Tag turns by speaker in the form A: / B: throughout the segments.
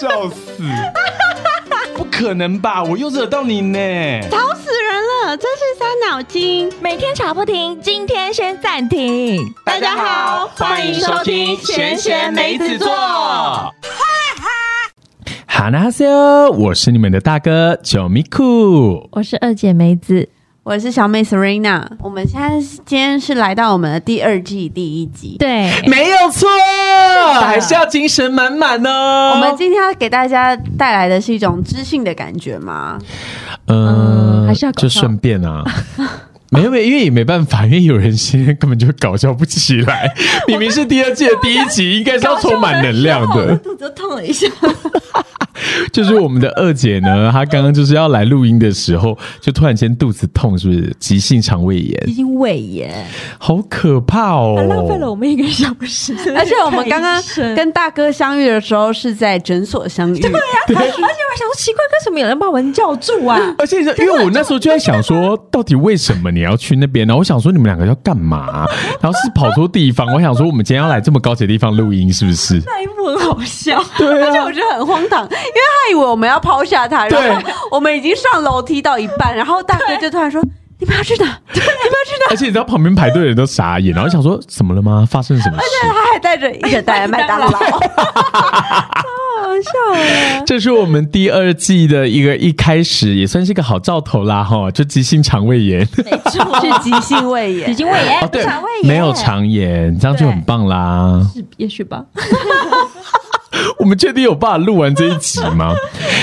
A: 笑死！不可能吧？我又惹到你呢！
B: 吵死人了，真是伤脑筋。
C: 每天吵不停，今天先暂停。
B: 大家好欢迎收听
A: 闲闲
B: 闲闲
A: 梅
B: 梅
A: 子
B: 子
A: 座
B: 座。
D: 哈纳哈塞哦，我是你们的大哥九米酷。
C: 我是二姐梅子，
B: 我是小妹 Serena，我们现在是今天是来到我们的第二季第一集。
C: 对，
D: 没有错，还是要精神满满哦。
B: 我们今天要给大家带来的是一种知性的感觉吗？
D: 嗯、
C: 嗯还是要搞
D: 就
C: 笑
D: 顺便啊。没有没有，因为也没办法，因为有人现在根本就搞笑不起来。明明是第二季的第一集，应该是要充满能量的。
C: 肚子痛了一下。
D: 就是我们的二姐呢，她刚刚就是要来录音的时候，就突然间肚子痛，是不是急性肠胃炎？
C: 经胃炎，
D: 好可怕哦！
C: 还啊浪费了我们一个小时。
B: 而且我们刚刚
C: 跟
B: 跟大哥相遇的时候是在诊所相遇，
C: 而且我想说奇怪，为什么有人把我们叫住 啊？
D: 而且你知道因为我那时候就在想说，到底为什么你要去那边呢？我想说你们两个要干嘛？然后是跑错地方。我想说我们今天要来这么高级的地方录音，是不是？
C: 那一幕很好笑，
D: 对
B: 而且
D: 啊，
B: 我觉得很荒唐，因为他以为我们要抛下他，然后
D: 对
B: 我们已经上楼梯到一半，然后大哥就突然说：“你们要去哪？你们要去哪
D: 而且你知道旁边排队的人都傻眼，然后想说怎么了吗？发生什么？”事？
B: 他还带着一个袋麦当 劳，
C: 好笑哎！
D: 这是我们第二季的一个一开始，也算是一个好兆头啦哈，就急性肠胃炎
C: 没错，
B: 是急性胃炎
C: 已。经胃炎，哎不是肠胃炎，
D: 哦没有肠炎，这样就很棒啦。
C: 是，也许吧。
D: 我们确定有办法录完这一集 吗？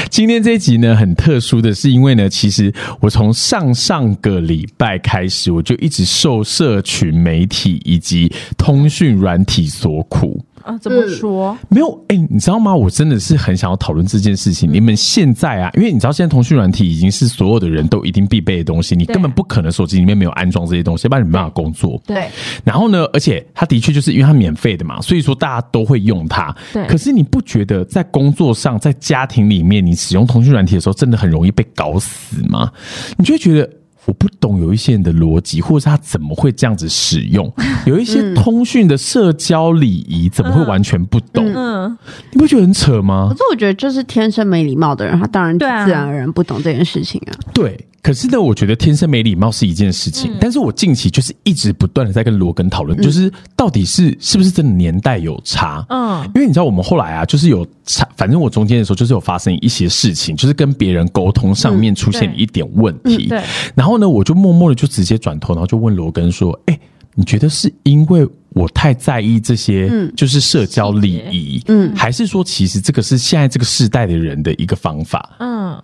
D: 今天这一集呢很特殊的是，因为呢，其实我从上上个礼拜开始，我就一直受社群媒体以及通讯软体所苦。
C: 啊，怎么说？
D: 没有，哎、你知道吗？我真的是很想要讨论这件事
C: 嗯
D: 情。你们现在啊，因为你知道，现在通讯软体已经是所有的人都一定必备的东西，你
C: 对啊
D: 根本不可能手机里面没有安装这些东西，要不然你没办法工作。
C: 对，
D: 然后呢，而且它的确就是因为它免费的嘛，所以说大家都会用它。
C: 对
D: 可是你不觉得在工作上、在家庭里面，你使用通讯软体的时候，真的很容易被搞死吗？你就会觉得。我不懂有一些人的逻辑，或者是他怎么会这样子使用？有一些通讯的社交礼仪怎么会完全不懂？
C: 嗯，
D: 你不觉得很扯吗
B: 可？是我觉得，就是天生没礼貌的人，他当然自
C: 对啊
B: 然而然不懂这件事情啊。
D: 对，可是呢，我觉得天生没礼貌是一件事情，
C: 嗯
D: 但是我近期就是一直不断的在跟罗根讨论，就是到底是是不是真的年代有差？
C: 嗯
D: 嗯，因为你知道我们后来啊，就是有差，反正我中间的时候就是有发生一些事情，就是跟别人沟通上面出现一点问题，
C: 嗯对
D: 然后呢，我就默默的就直接转头，然后就问罗根说：“哎、你觉得是因为我太在意这些，
C: 嗯
D: 就是社交礼仪，嗯，还是说其实这个是现在这个世代的人的一个方法？”
C: 嗯，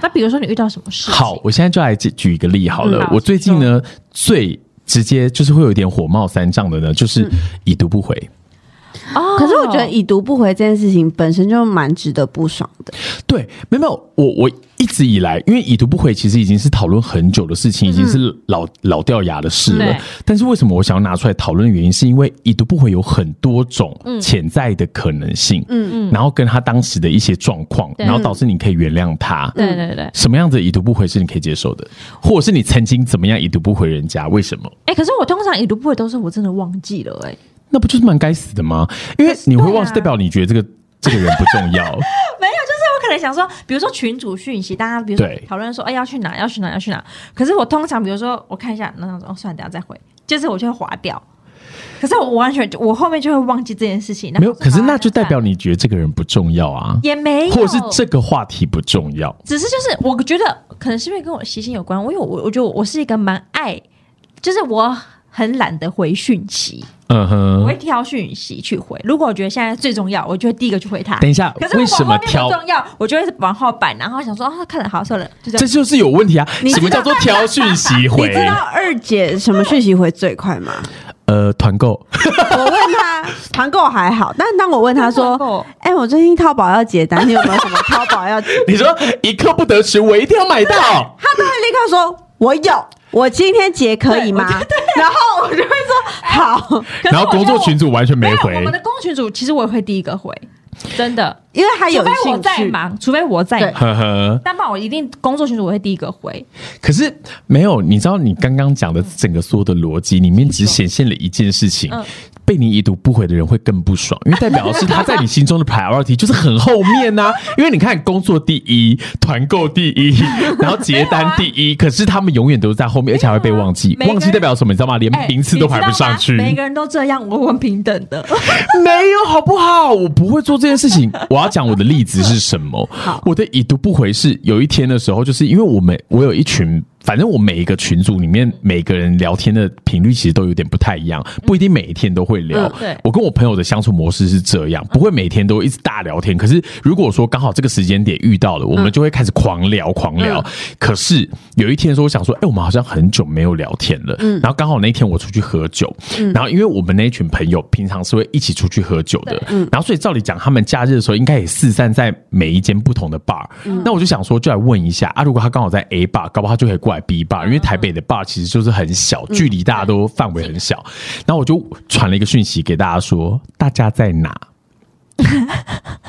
C: 那比如说你遇到什么事情？
D: 好，我现在就来举举一个例好了。
C: 嗯好
D: 我最近呢，最直接就是会有一点火冒三丈的呢，
C: 嗯
D: 就是已读不回。
C: 哦，
B: 可是我觉得已读不回这件事情本身就蛮值得不爽的。
D: 对，没有没有，我我一直以来，因为已读不回其实已经是讨论很久的事情，已经是老、老掉牙的事了
C: 嗯对。
D: 但是为什么我想要拿出来讨论的原因，是因为已读不回有很多种
C: 嗯
D: 潜在的可能性，嗯，然后跟他当时的一些状况，
C: 对
D: 然后导致你可以原谅他，
C: 对对对。
D: 什么样子的已读不回是你可以接受的，或者是你曾经怎么样已读不回人家，为什么？
C: 哎，可是我通常已读不回都是我真的忘记了，哎，
D: 那不就是蛮该死的吗？因为你会
C: 啊
D: 忘记，代表你觉得这个这个人不重 要。
C: 没有，就是我可能想说，比如说群主讯息，大家比如说
D: 对
C: 讨论说，哎，要去哪，要去哪，要去哪。可是我通常比如说我看一下，那种哦，算了，等一下再回，就是我就会划掉。可是我完全，我后面就会忘记这件事情。然后
D: 没有，可是那就代表
C: 啊
D: 你觉得这个人不重要啊，
C: 也没有，
D: 或者是这个话题不重要。
C: 只是就是我觉得可能是因为跟我的习性有关，我有我我觉得我是一个蛮爱，就是我很懒得回讯息，
D: 嗯
C: 我
D: 哼
C: 会，挑讯息去回。如果我觉得现在最重要，我就会第一个去回他。
D: 等一下
C: 可是，
D: 为什么挑
C: 如果后面不？重要？我就会往后摆，然后想说啊，看了好算了，就这
D: 这
C: 样。
D: 就是有问题啊！
B: 知道
D: 什么叫做挑讯息
B: 你
D: 回？
B: 知道二姐什么讯息回最 快吗？
D: 呃，团购，
B: 我问她团购还好，但当我问她
C: 团购
B: 说：“哎、我最近淘宝要结单，你有没有什么淘宝 要结
D: 你说一刻不得迟，我一定要买到。
B: 他都会立刻说：“我有，我今天结可以吗？”
C: 啊
B: 然后我就会说：“好。
C: 可
D: 然
C: 是
D: 后
C: 我
D: 工
C: 觉得
D: 作
C: 我
D: 群主完全
C: 没
D: 没
C: 有
D: 回
C: 我，们的工作群主其实我也会第一个回，真的，”
B: 因为他
C: 除
B: 有
C: 非我
B: 兴
C: 在
B: 趣。
C: 忙，除非我在
B: 对
C: 忙。
D: 呵呵。
C: 但不然我一定工作群主我会第一个回，
D: 可是
C: 嗯
D: 没有，你知道你刚刚讲的整个所有的逻辑里面，只显现了一件事情。被你已读不回的人会更不爽， 因为代表的是他在你心中的 priority 就是很后面呐、 因为你看，工作第一，团购第 一，然后结单第一，可是他们永远都是在后面，而且还会被忘 记。
C: 每个人
D: 忘记代表什么？你知道吗？连
C: 哎
D: 名次都排不上去。
C: 你知道吗每个人都这样，我很平等的。
D: 没有好不好？我不会做这件事 情。我要讲我的例子是什么？我的已读不回是有一天的时候，就是因为我们我有一群。反正我每一个群组里面，每个人聊天的频率其实都有点不太一样，不一定每一天都会聊。
C: 嗯对
D: 我跟我朋友的相处模式是这样，不会每天都一直大聊天。可是如果说刚好这个时间点遇到了，我们就会开始狂聊狂聊。可是有一天说，我想说，哎、我们好像很久没有聊天了。然后刚好那天我出去喝酒，然后因为我们那一群朋友平常是会一起出去喝酒的，然后所以照理讲，他们假日的时候应该也四散在每一间不同的 bar。那我就想说，就来问一下啊，如果他刚好在 A bar，搞不好他就可以过来 B bar，因为台北的 bar 其实就是很小，距离大家都范围很小。然后我就传了一个讯息给大家说，大家在 哪？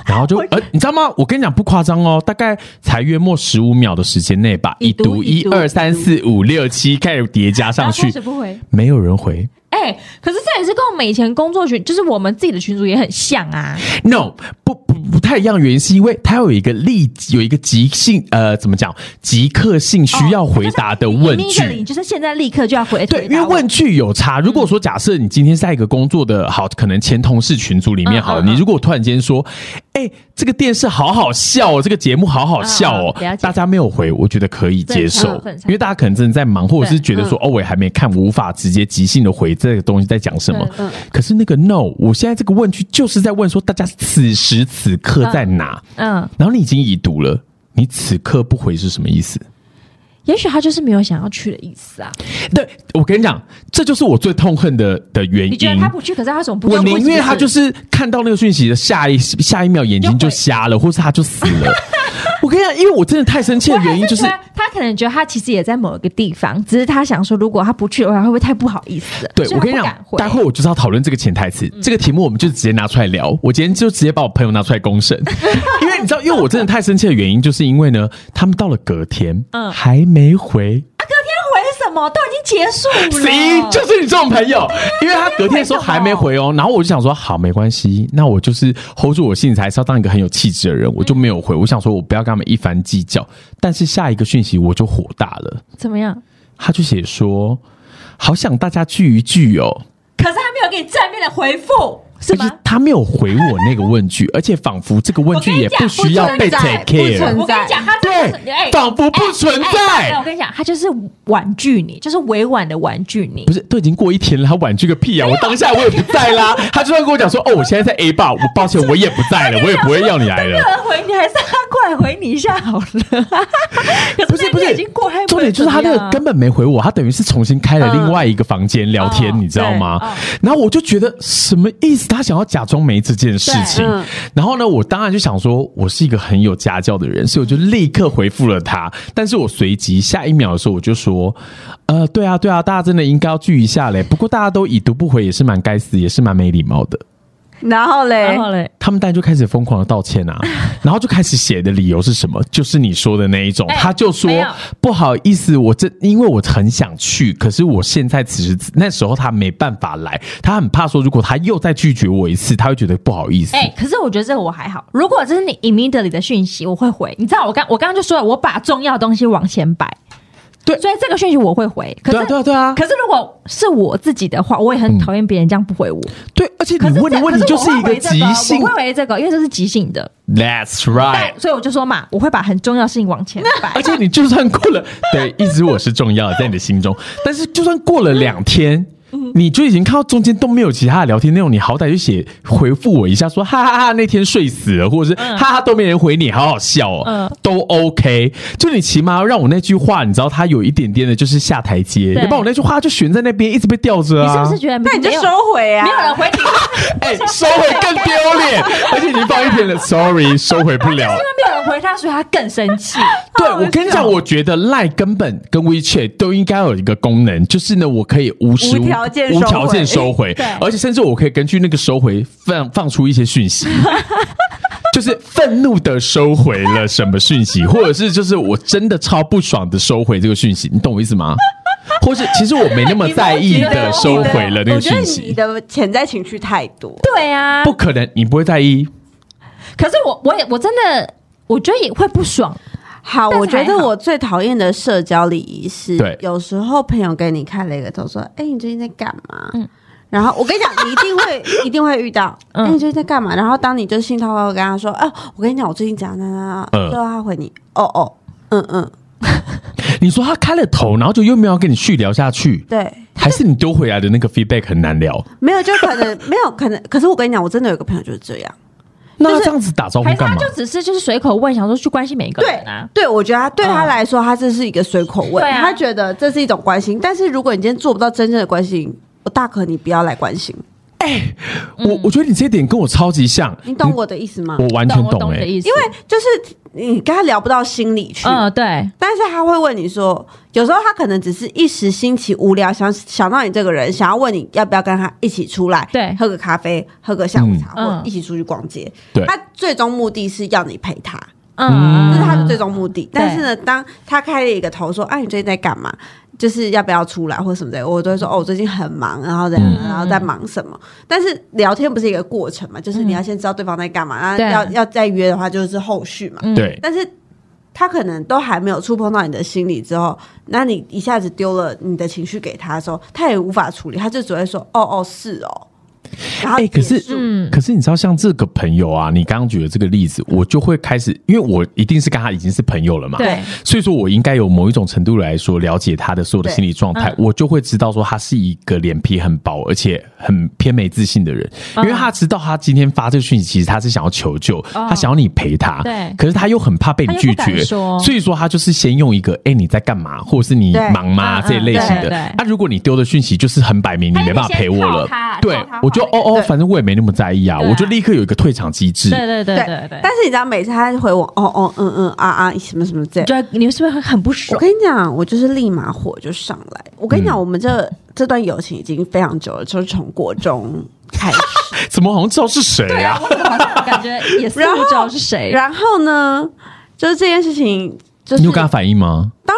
D: 然后就呃，你知道吗？我跟你讲不夸张哦，大概才约莫十五秒的时间内吧，
B: 已
D: 一
B: 读
D: 读哎
B: 已
D: 一
B: 读
D: 二三四五六七开始叠加上
C: 然后开
D: 去
C: 始，不回。
D: 没有人回。
C: 哎、可是这也是跟我们以前工作群，就是我们自己的群组也很像啊。
D: No，不不不太一样，原因是因为它有一个立有一个即兴呃，怎么讲即刻性需要回答的问
C: 你
D: 句。
C: 你哦就是现在立刻就要回
D: 对，因为问句有
C: 嗯
D: 差。如果说假设你今天在一个工作的好，可能前同事群组里面好了，
C: 嗯嗯嗯
D: 你如果突然间说，哎、这个电视好好笑哦，这个节目好好笑哦，
C: 嗯嗯了解
D: 大家没有回，我觉得可以接受
C: 正常正，常
D: 因为大家可能真的在忙，或者是觉得
C: 嗯
D: 说，哦，我也还没看，无法直接即兴的回这个东西在讲什么。
C: 嗯
D: 可是那个 no，我现在这个问句就是在问说，大家此时此刻在哪？
C: 嗯，
D: 然后你已经已读了，你此刻不回是什么意思？
C: 也许他就是没有想要去的意思啊。
D: 对，我跟你讲，这就是我最痛恨的的原因。
C: 你觉得他不去，可是他为什么不去？
D: 我宁愿他就是是看到那个讯息的下一下一秒眼睛就瞎了，或是他就死了。 我跟你讲，因为我真的太生气的原因就是
C: 我还觉得他可能觉得他其实也在某一个地方，只是他想说，如果他不去的话，会不会太不好意思了？
D: 对，
C: 所以
D: 我
C: 他
D: 跟你
C: 不
D: 讲
C: 敢嗯回，
D: 待会我就是要讨论这个潜台词，这个题目我们就直接拿出来聊。我今天就直接把我朋友拿出来公 审，因为你知道，因为我真的太生气的原因，就是因为呢，他们到了隔天，
C: 嗯
D: 还没回，
C: 回什么都已经结束了，
D: 行，就是你这种朋友，因为他隔天说还没回哦，然后我就想说好没关系，那我就是 hold 住我性子，还是要当一个很有气质的人，我就没有回。我想说我不要跟他们一番计较，但是下一个讯息我就火大了，
C: 怎么样？
D: 他就写说好想大家聚一聚哦，
C: 可是他没有给你正面的回复，是
D: 而
C: 吗
D: 且？他没有回我那个问句，而且仿佛这个问句也不需要被 take
B: 不存
D: care，
C: 我跟你讲，他就是
D: 对
C: 哎，
D: 仿佛不存
C: 哎哎哎
D: 在
C: 我。跟你讲，他就是婉拒你，就是委婉的婉拒你
D: 不。是，都已经过一天了，他婉拒个屁啊！我当下我也不在啦。他就算跟我讲说，哦，我现在在 A 吧，我抱歉，我也不在了，我也不会要你来了。
C: 他回你，还是他过来回你一下好了。可
D: 不是
C: 那
D: 不是
C: 天已经过黑，
D: 重点就是他那个根
C: 本
D: 本没回我，他等于是重新开了另外一个房间聊天，
C: 嗯
D: 你知道吗
C: 对嗯？
D: 然后我就觉得什么意思？他想要假装没这件事情
B: 对嗯。
D: 然后呢，我当然就想说，我是一个很有家教的人，所以我就立刻回复了他。但是我随即下一秒的时候，我就说，呃，对啊，对啊，大家真的应该要聚一下嘞。不过大家都已读不回，也是蛮该死，也是蛮没礼貌的。
B: 然后嘞
C: 然，后嘞，
D: 他们当然就开始疯狂的道歉 啊，然后就开始写的理由是什么？就是你说的那一种，
C: 哎
D: 他就说
C: 没有
D: 不好意思，我这因为我很想去，可是我现在此时此那时候他没办法来，他很怕说如果他又再拒绝我一次，他会觉得不好意思。
C: 哎、可是我觉得这个我还好。如果这是你 immediately 的讯息，我会回。你知道我刚我刚刚就说了，我把重要的东西往前摆。
D: 对
C: 所以这个讯息我会回。可
D: 对
C: 是
D: 啊，对啊，对啊，
C: 可是如果是我自己的话，我也很讨厌别人这样不回我。
D: 对，而且
C: 可是
D: 你问的
C: 这
D: 问题
C: 可
D: 就是
C: 我
D: 嗯一哎
C: 会
D: 个
C: 回这
D: 即
C: 啊
D: 兴
C: 我会回这个，因为这是即兴的。
D: ，That's right
C: 但。所以我就说嘛，我会把很重要的事情往前摆。
D: 而且你就算过了， 对，一直我是重要的，在你的心中。但是就算过了两天，
C: 嗯
D: 你就已经看到中间都没有其他的聊天内容，你好歹就写回复我一下，说哈哈哈，那天睡死了，或者是哈哈都没人回你，好好笑哦
C: 嗯，
D: 都 OK。就你起码要让我那句话，你知道它有一点点的就是下台阶，
C: 对
D: 要不然我那句话就悬在那边，一直被吊着
C: 你是
D: 啊
C: 不是。觉得
B: 那你就
C: 没有
B: 收回啊
C: 没。有人回你？
D: 哎，收回更丢脸，而且你放一篇了，sorry，收回不了
C: 因。为没有人回他，所以他更生 气。
D: 对，我跟你讲，我觉得赖根本跟 WeChat 都应该有一个功能，就是呢，我可以无时
B: 无条件收
D: 无
B: 回
D: 条件收回
C: 对，
D: 而且甚至我可以根据那个收回放放出一些讯 息。就是愤怒的收回 了什么讯息，或者是就是我真的超不爽的收回这个讯息，你懂我意思吗？或是其实我没那么在意的收回了那
B: 我
D: 个
B: 觉
D: 讯
B: 得你
D: 息。
B: 的潜在情绪太多，
C: 对啊，
D: 不可能，你不会在意。
C: 可是我我也我真的我觉得也会不爽，
B: 好，
C: 但是
B: 我觉
C: 还
B: 得
C: 好
B: 我最讨厌的社交礼仪是，
D: 对
B: 有时候朋友给你看了一个头，说：“哎、你最近在干嘛？”然后我跟你讲，你一定 会一定会遇到。哎、
C: 嗯
B: 你最近在干嘛？然后当你就兴头跟他说：“哦、我跟你讲，我最近怎样怎样怎样。
D: 嗯
B: 最后他回你：“哦哦，嗯嗯，
D: 你说他开了头，然后就又没有跟你续聊下去，
B: 对，
D: 还是你丢回来的那个 feedback 很难聊？
B: 没有，就 可能没有可能。可是我跟你讲，我真的有个朋友就是这样。
D: 那他这样子打招呼
C: 还是
D: 干
C: 他
D: 嘛
C: 就？只是就是随口问，想说去关心每一个
B: 对
C: 人啊。
B: 对，我觉得他对他
C: 嗯
B: 来说，他这是一个随口问，
C: 对啊
B: 他觉得这是一种关心。但是如果你今天做不到真正的关心，我大可你不要来关心。
C: 嗯
D: 我我觉得你这一点跟我超级像，
B: 你懂我的意思吗？
D: 我完全
C: 我嗯懂
D: 哎、
C: 你的意思，
B: 因为就是你跟他聊不到心里去，
C: 嗯对，
B: 但是他会问你说，有时候他可能只是一时兴起无聊，想想到你这个人，想要问你要不要跟他一起出来，
C: 对
B: 喝个咖啡，喝个下午茶，
C: 嗯
B: 或一起出去逛街。
D: 对
B: 他最终目的是要你陪他，
C: 嗯，
B: 这是他的最终目的。但是呢，当他开了一个头说：“哎、你最近在干嘛？就是要不要出来或什么的？”我都会说：“哦，我最近很忙，然后怎样，
C: 嗯
B: 然后在忙什么。”但是聊天不是一个过程嘛，就是你要先知道对方在干嘛，
C: 嗯对
B: 然后要要再约的话就是后续嘛。
C: 嗯
D: 对，
B: 但是他可能都还没有触碰到你的心理之后，那你一下子丢了你的情绪给他的时候，他也无法处理，他就只会说：“哦哦，是哦。”然后
D: 哎可是
B: 结束
C: 嗯
D: 可是你知道，像这个朋友啊，你刚刚举的这个例子，我就会开始，因为我一定是跟他已经是朋友了嘛，
C: 对，
D: 所以说我应该有某一种程度来说了解他的所有的心理状
C: 嗯
D: 态，我就会知道说他是一个脸皮很薄，而且很偏没自信的人，
C: 嗯
D: 因为他知道他今天发这个讯息，其实他是想要求救，他想要你陪他，
C: 嗯对
D: 可是他又很怕被你拒
C: 他又
D: 绝，
C: 不敢说
D: 所以说他就是先用一个，哎，你在干嘛，或者是你
B: 对
D: 忙吗
C: 嗯嗯
D: 这一类型
C: 对
D: 的
C: 对，
D: 那如果你丢的讯息就是很摆明你
C: 他
D: 没办法
C: 有点
D: 陪我
C: 先套
D: 了
C: 他，
D: 对
C: 套他话
D: 我就哦哦，
B: 对
D: 反正我也没那么在意啊，
C: 对啊
D: 我就立刻有一个退场机制，
C: 对对对对对
B: 但，是你知道，每次他回我哦哦嗯嗯啊啊什么什么这，
C: 就你是不是很很不爽
B: 我？跟你讲，我就是立马火就上来。我跟你讲，我们这这段友情已经非常久了，就是从国中开始。
D: 怎么好像知道是谁
C: 对啊，
D: 啊？
C: 我怎么好像感觉也似乎知道是 谁。
B: 然后呢，就是这件事情，就是
D: 你有跟他反应吗？
B: 他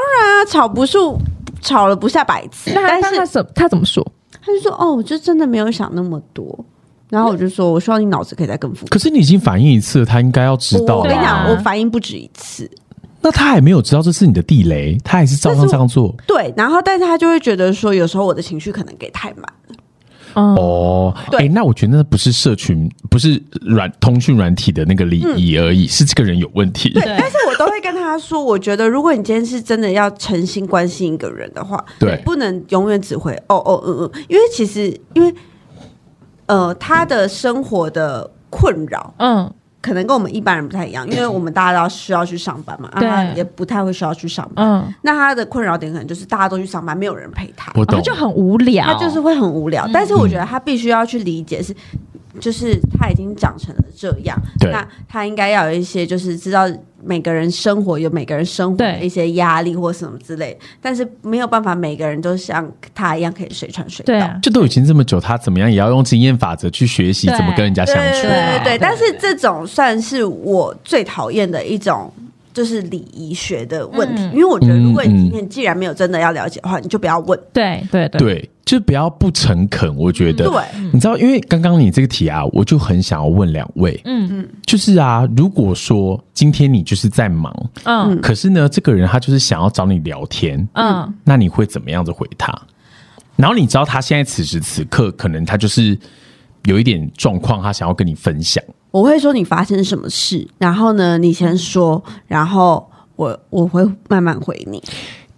B: 吵不数，吵了不下百次，
C: 那他
B: 但
C: 那他
B: 是
C: 怎他怎么说？
B: 他就说：“哦，我就真的没有想那么多。”然后我就说：“我希望你脑子可以再更复杂。
D: 可是你已经反应一次了，他应该要知”道
B: 我
D: 了
B: 跟
D: 啊、
B: 你讲，
C: 对啊
B: 我反应不止一次。
D: 那他还没有知道这是你的地雷，他还是照样这样做。
B: 对，然后但是他就会觉得说，有时候我的情绪可能给太满。
C: 嗯，
D: 哦，
B: 对
D: 哎、那我觉得那不是社群，不是软通讯软体的那个礼仪
C: 嗯
D: 而已，是这个人有问题。
B: 对，但是我都会跟他说，我觉得如果你今天是真的要诚心关心一个人的话，
D: 对
B: 你不能永远只会哦哦嗯嗯，因为其实因为呃他的生活的困扰。
C: 嗯，
B: 可能跟我们一般人不太一样，因为我们大家都需要去上班嘛，啊，
C: 对
B: 他也不太会需要去上班。
C: 嗯
B: 那他的困扰点可能就是大家都去上班，没有人陪他，
D: 我
C: 然
D: 懂
C: 啊后，就很无聊，
B: 他就是会很无聊。但是我觉得他必须要去理解是，就是他已经长成了这样，
D: 对
B: 那他应该要有一些就是知道每个人生活有每个人生活的
C: 对
B: 一些压力或什么之类，但是没有办法每个人都像他一样可以随传随到。
C: 对啊，
D: 就都已经这么久，他怎么样也要用经验法则去学习
C: 对
D: 怎么跟人家
B: 对
D: 相
B: 对
D: 处
B: 对对
D: 啊。
B: 对，
C: 对
B: 但是这种算是我最讨厌的一种。就是礼仪学的问题，
C: 嗯
B: 因为我觉得，如果
D: 嗯
B: 你
D: 嗯
B: 今天既然没有真的要了解的话，你就不要问。
C: 对对对嗯
D: 对，就不要不诚恳。我觉得，
B: 对，
D: 你知道，因为刚刚你这个题啊，我就很想要问两位，
C: 嗯
D: 就是啊，如果说今天你就是在忙，
C: 嗯
D: 可是呢，这个人他就是想要找你聊天，
C: 嗯
D: 那你会怎么样子回他？然后你知道他现在此时此刻可能他就是有一点状况，他想要跟你分享。
B: 我会说你发生什么事，然后呢，你先说，然后我我会慢慢回你。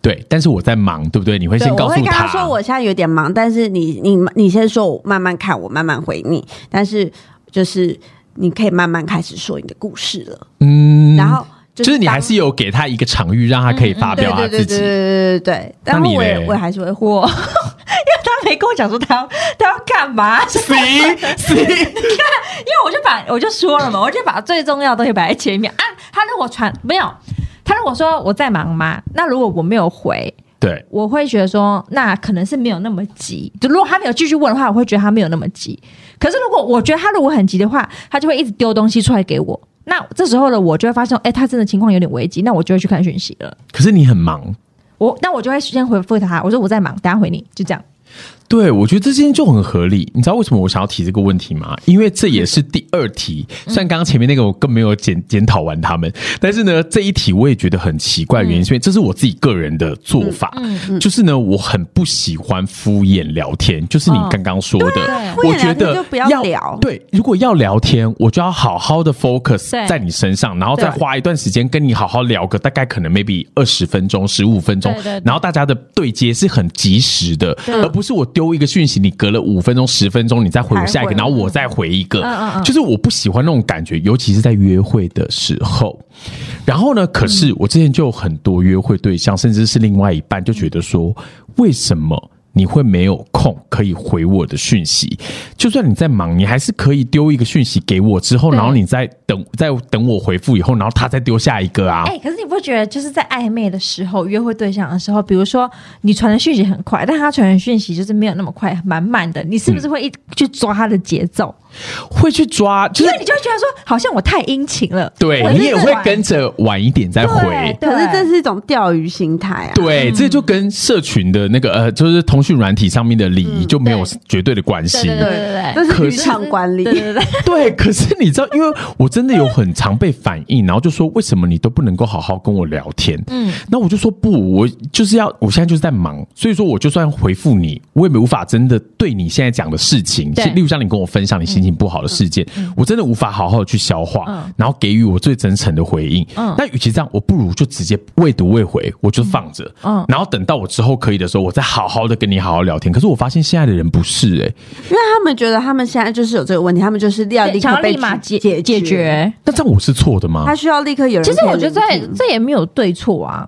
D: 对，但是我在忙，对不对？你会先
B: 我
D: 告
B: 会
D: 诉
B: 跟他说我现在有点忙，但是你你你先说，我慢慢看，我慢慢回你。但是就是你可以慢慢开始说你的故事了，
D: 嗯，
B: 然后
D: 就
B: 就是是
D: 你
B: 当
D: 还是有给他一个场域，让他可以发
B: 对
D: 表他
B: 嗯对
D: 自
B: 对对对
D: 己。
B: 对对对，
D: 那
B: 然后
D: 你
B: 我也
D: 嘞
B: 我也还是会回。
C: 我因为他没跟我讲说他要他要干嘛，因
D: C C，
C: 为我就把我就说了嘛，我就把最重要的东西摆在前面啊。他如果传没有，他如果说我在忙嘛，那如果我没有回。
D: 对，
C: 我会觉得说，那可能是没有那么急。就如果他没有继续问的话，我会觉得他没有那么急。可是如果我觉得他如果很急的话，他就会一直丢东西出来给我。那这时候呢，我就会发现，哎、他真的情况有点危急，那我就会去看讯息了。
D: 可是你很忙，
C: 我那我就会先回复他，我说我在忙，等下回你，就这样。
D: 对，我觉得这件就很合理。你知道为什么我想要提这个问题吗？因为这也是第二题。
B: 嗯
D: 虽然刚刚前面那个我更没有检检讨完他们，但是呢，这一题我也觉得很奇
B: 嗯
D: 怪，原因是因为这是我自己个人的做法，就是呢，我很不喜欢敷衍聊天，就是你刚刚说的，
B: 哦对
D: 我觉得
B: 敷衍聊天就不要聊
D: 对，如果要聊天，我就要好好的 focus
C: 对
D: 在你身上，然后再
B: 对
D: 花一段时间跟你好好聊个大概可能 maybe 二十分钟、十五分钟
C: 对对对，嗯
D: 然后大家的对接是很及时的，而不是我丢一个讯息，你隔了五分钟、十分钟，你再回我下一个，
B: 还回
D: 然后我再回一个，
C: 嗯嗯嗯
D: 就是我不喜欢那种感觉，尤其是在约会的时候。然后呢，可是我之前就有很多约会对象，甚至是另外一半，就觉得说，为什么？你会没有空可以回我的讯息，就算你在忙，你还是可以丢一个讯息给我，之后
C: 对
D: 然后你再等，再等我回复以后，然后他再丢下一个啊。
C: 哎、可是你不觉得就是在暧昧的时候、约会对象的时候，比如说你传的讯息很快，但他传的讯息就是没有那么快，蛮慢的，你是不
D: 嗯
C: 是会一、去抓他的节奏？
D: 会去抓，就
C: 因
D: 是
C: 为你就会觉得说，好像我太殷勤了，
D: 对
C: 我
D: 你
C: 真
D: 也
C: 的
D: 会跟着晚一点再回
C: 对。嗯对
B: 可是这是一种钓鱼心态啊。
D: 对，这就跟社群的那个呃，就是通讯软体上面的礼仪就没有
C: 嗯对
D: 绝对的关
C: 对
D: 系。
C: 对对对对。
B: 这是
D: 可
B: 渔
D: 是
B: 场管理
C: 对。对对，
D: 对，可是你知道，因为我真的有很常被反映，然后就说为什么你都不能够好好跟我聊天？嗯，那我就说不，我就是要，我现在就是在忙，所以说我就算回复你，我也没无法真的对你现在讲的事情，
C: 对
D: 例如像你跟我分享你心情不好的事件，我真的无法好好的去消化，
C: 嗯
D: 然后给予我最真诚的回应。
C: 嗯
D: 那与其这样，我不如就直接未读未回，我就放着，
C: 嗯嗯
D: 然后等到我之后可以的时候，我再好好的跟你好好聊天。可是我发现现在的人不是哎、欸
B: 因为他们觉得他们现在就是有这个问题，他们就是要立
C: 想
B: 刻
C: 要
B: 被
C: 立马
B: 解
C: 解解
B: 解。
C: 决。
D: 那这样我是错的吗？
B: 他需要立刻有人。
C: 其实我觉得这，这也没有对错啊，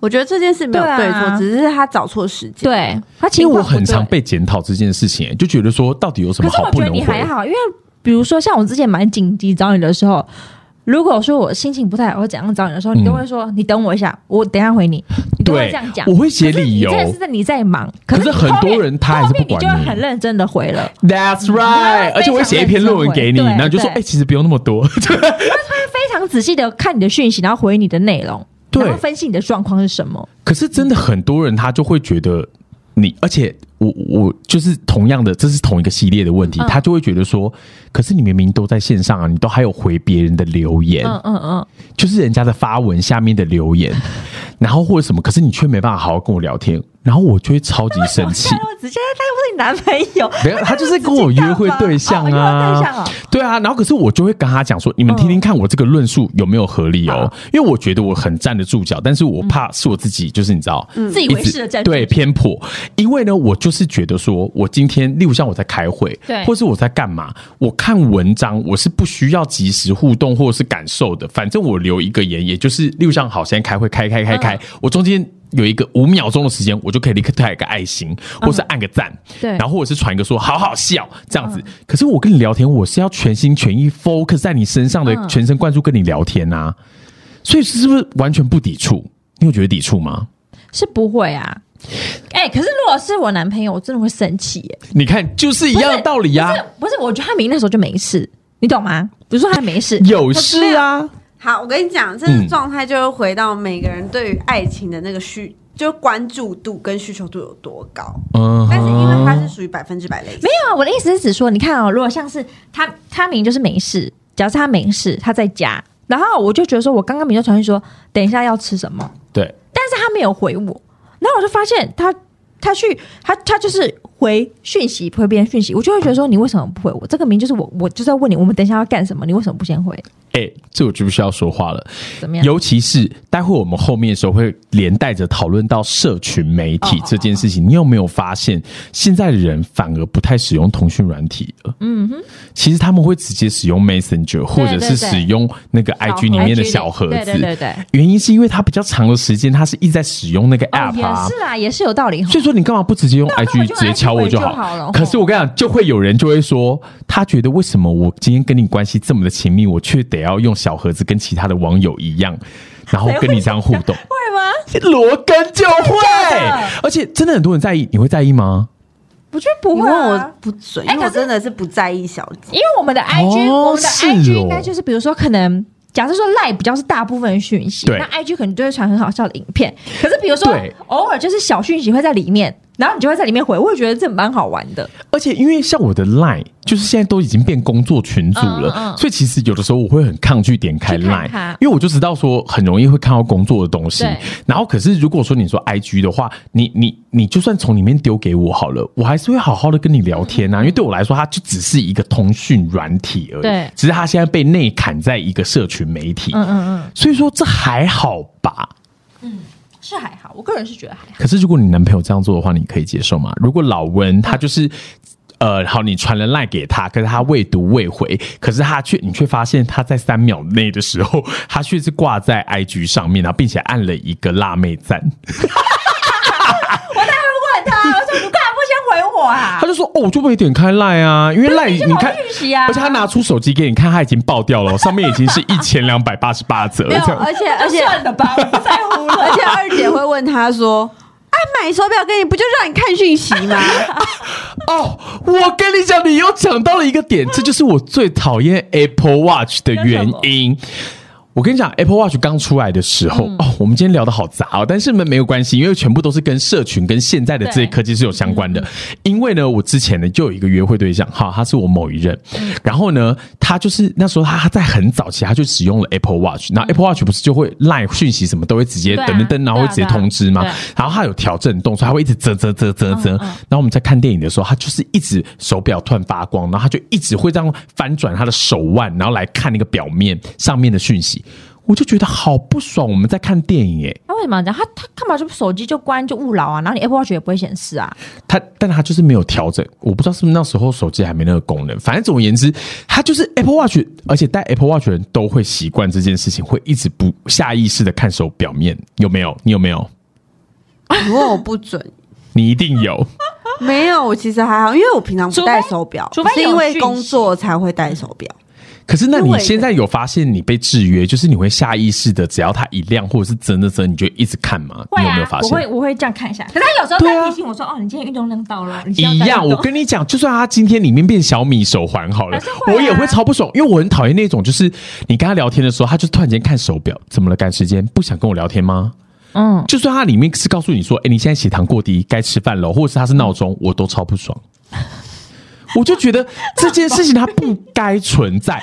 B: 我觉得这件事没有
C: 对
B: 对
C: 啊
B: 错，只是他找错时间。
C: 对，他情
D: 因为
C: 况
D: 我很
C: 不对
D: 常被检讨这件事情、欸就觉得说到底有什
C: 可
D: 么
C: 是
D: 好
C: 我
D: 不
C: 觉得
D: 能
C: 你
D: 回？
C: 还好，因为比如说像我之前蛮紧急找你的时候，如果说我心情不太好或怎样找你的时候，你都会说、你等我一下，我等一下回你，你都会
D: 嗯对
C: 这样讲。
D: 我会写
C: 可是
D: 理由
C: 你真的是你在忙，
D: 可是
C: 是你
D: 很
C: 后面
D: 多人他还是不管
C: 后面你就
D: 你
C: 会很认真的回了，
D: That's
C: 然
D: right，
C: 后
D: 而且我会写一篇论文给你，
C: 非常认真
D: 然后就说：“哎、
C: 对
D: 其实不用那么多。
C: 非常仔细的看你的讯息，然后回你的内容，
D: 对
C: 然后分析你的状况是什么。”
D: 可是真的很多人他就会觉得你，而且我我就是同样的，这是同一个系列的问题，
C: 嗯
D: 他就会觉得说：“可是你明明都在线上啊，你都还有回别人的留言，
C: 嗯嗯嗯，
D: 就是人家的发文下面的留言，然后或者什么，可是你却没办法好好跟我聊天，然后我就会超级生气。”
C: 我直接他又不是你男朋友，
D: 没有，他就是跟我约会对象
C: 哦约
D: 啊，
C: 会对象哦
D: 对啊，然后可是我就会跟他讲说，你们听听看我这个论述有没有合理哦，因为我觉得我很站得住脚，但是我怕是我自己，就是你知道，
C: 自以
D: 一
C: 为
D: 直
C: 是的在
D: 对偏颇，因为呢，我就是觉得说，我今天，例如像我在开会，
C: 对
D: 或是我在干嘛，我看文章，我是不需要及时互动或者是感受的，反正我留一个言，也就是例如像好，现在开会开开开开，
C: 嗯
D: 我中间。有一个五秒钟的时间，我就可以立刻带一个爱心，或是按个赞，
C: 嗯对嗯
D: 然后或者是传一个说好好笑这样子。可是我跟你聊天，我是要全心全意 focus 在你身上的，
C: 嗯
D: 全神贯注跟你聊天啊，所以是不是完全不抵触？你有觉得抵触吗？
C: 是不会啊。哎、可是如果是我男朋友，我真的会生气耶、
D: 你看，就是一样的道理啊呀、
C: 不是不是，我觉得他明明那时候就没事，你懂吗？比如说他没事，
D: 有事啊，
B: 好，我跟你讲，这个状态就会回到每个人对于爱情的那个需，就关注度跟需求度有多高。
D: 嗯
B: 但是因为它是属于百分之百类型
C: 没，有啊。我的意思是指说，你看哦，如果像是他，他明明就是没事，假设他没事，他在家，然后我就觉得说，我刚刚明明就传讯说，等一下要吃什么，
D: 对，
C: 但是他没有回我，然后我就发现他，他去他他就是回讯息，回别人讯息，我就会觉得说，你为什么不回我？这个名就是我，我就在问你，我们等一下要干什么？你为什么不先回？
D: 哎、这我就不需要说话了。
C: 怎么样？
D: 尤其是待会我们后面的时候会连带着讨论到社群媒
C: 哦
D: 体这件事情，你有没有发现现在的人反而不太使用通讯软体了？嗯哼，其实他们会直接使用 Messenger 或者是
C: 对对
D: 使用那个 IG 里面的小盒子。
C: 对对对对。
D: 原因是因为它比较长的时间，它是一直在使用那个
C: 哦，
D: app
C: 也
D: 啊。
C: 是啦，也是有道理哈。
D: 所以说你干嘛不直接用
C: 那我
D: IG
C: 就
D: 直接敲我就
C: 按 IG 回就好了
D: 好？可是我跟你讲，就会有人就会说，他觉得为什么我今天跟你关系这么的亲密，我却得要用小盒子跟其他的网友一 样，然后跟你这样互动，
C: 会吗？
D: 罗根就会
C: 的。
D: 而且真的很多人在意，你会在意吗？
C: 我觉得不
B: 你
C: 会、
B: 问我
C: 啊，
B: 哦不准，
C: 哎
B: 因为我
C: 可是
B: 真的是不在意小节。
C: 因为我们的 IG，、
D: 哦
C: 我们的
D: 是
C: IG
D: 哦
C: 应该就是比如说可能假设说赖比较是大部分的讯息，
D: 对
C: 那 IG 可能就会传很好笑的影片。可是比如说
D: 对
C: 偶尔就是小讯息会在里面，然后你就会在里面回，我会觉得这蛮好玩的。
D: 而且因为像我的 Line，就是现在都已经变工作群组了，
C: 嗯嗯
D: 所以其实有的时候我会很抗拒点开
C: 去看
D: Line，
C: 它
D: 因为我就知道说很容易会看到工作的东西
C: 对。
D: 然后可是如果说你说 IG 的话，你你你就算从里面丢给我好了，我还是会好好的跟你聊
C: 嗯
D: 天啊，因为对我来说它就只是一个通讯软体而已，
C: 对
D: 只是它现在被内砍在一个社群媒体，
C: 嗯嗯嗯，
D: 所以说这还好吧。
C: 是还好，我个人是觉得还好。
D: 可是如果你男朋友这样做的话，你可以接受吗？如果老温他就是。呃，好，你传了赖给他，可是他未读未回，可是他却你却发现他在三秒内的时候，他却是挂在 IG 上面，然后并且按了一个辣妹赞，
C: 我当然会问他，我说你干嘛不先回我啊
D: 他？就说哦，我就没点开赖啊，因为赖
C: 你就
D: 你看
C: 有讯息啊
D: 而且他拿出手机给你看，他已经爆掉了，上面已经是一千两百八十八折，
B: 没有，
D: 这样
B: 而且而且
C: 算了吧，我不在乎了。
B: 而且二姐会问他 说：“哎，买手表给你不就让你看讯息 吗？
D: 哦，我跟你讲，你又讲到了一个点，这就是我最讨厌 Apple Watch 的原因。我跟你讲，Apple Watch 刚出来的时候、哦，我们今天聊的好杂哦，但是呢没有关系，因为全部都是跟社群跟现在的这些
C: 对
D: 科技是有相关的。因为呢，我之前呢就有一个约会对象，哈，他是我某一任，然后呢，他就是那时候他他在很早期他就使用了 Apple Watch，然后 Apple Watch 不是就会赖讯息什么都会直接
C: 对啊
D: 噔噔噔，然后会直接
C: 对啊对啊
D: 通知嘛
C: 对，嗯
D: 然后它有调震动，所以它会一直啧啧啧啧啧。然后我们在看电影的时候，它就是一直手表突然发光，然后它就一直会这样翻转它的手腕，然后来看那个表面上面的讯息。我就觉得好不爽，我们在看电影诶，
C: 他为什么要讲？他他干嘛就手机就关就勿扰啊？然后你 Apple Watch 也不会显示啊？
D: 它但它就是没有调整，我不知道是不是那时候手机还没那个功能。反正总而言之，它就是 Apple Watch，而且戴 Apple Watch 的人都会习惯这件事情，会一直不下意识的看手表面有没有，你有没有？
B: 你问我不准。”
D: 你一定有。
B: 没有，我其实还好，因为我平常不戴手表，
C: 除非
B: 我是因为工作才会戴手表。
D: 可是，那你现在有发现你被制约，就是你会下意识的，只要它一亮或者是真的真，你就一直看吗？
C: 会
D: 你有没有
C: 啊
D: 发，
C: 我会
D: 现？
C: 我会这样看一下。可是他有时候
D: 对啊
C: 在提醒我说：“哦，你今天运动量到了。”你今天
D: 一
C: 要再
D: 样，
C: 运
D: 我
C: 动
D: 跟你讲，就算它今天里面变小米手环好了，
C: 还是会啊
D: 我也会超不爽，因为我很讨厌那种，就是你跟他聊天的时候，他就突然间看手表，怎么了？赶时间，不想跟我聊天吗？
C: 嗯，
D: 就算它里面是告诉你说，哎、你现在血糖过低，该吃饭了，或者是它是闹钟，我都超不 爽。我就觉得这件事情它不该存在，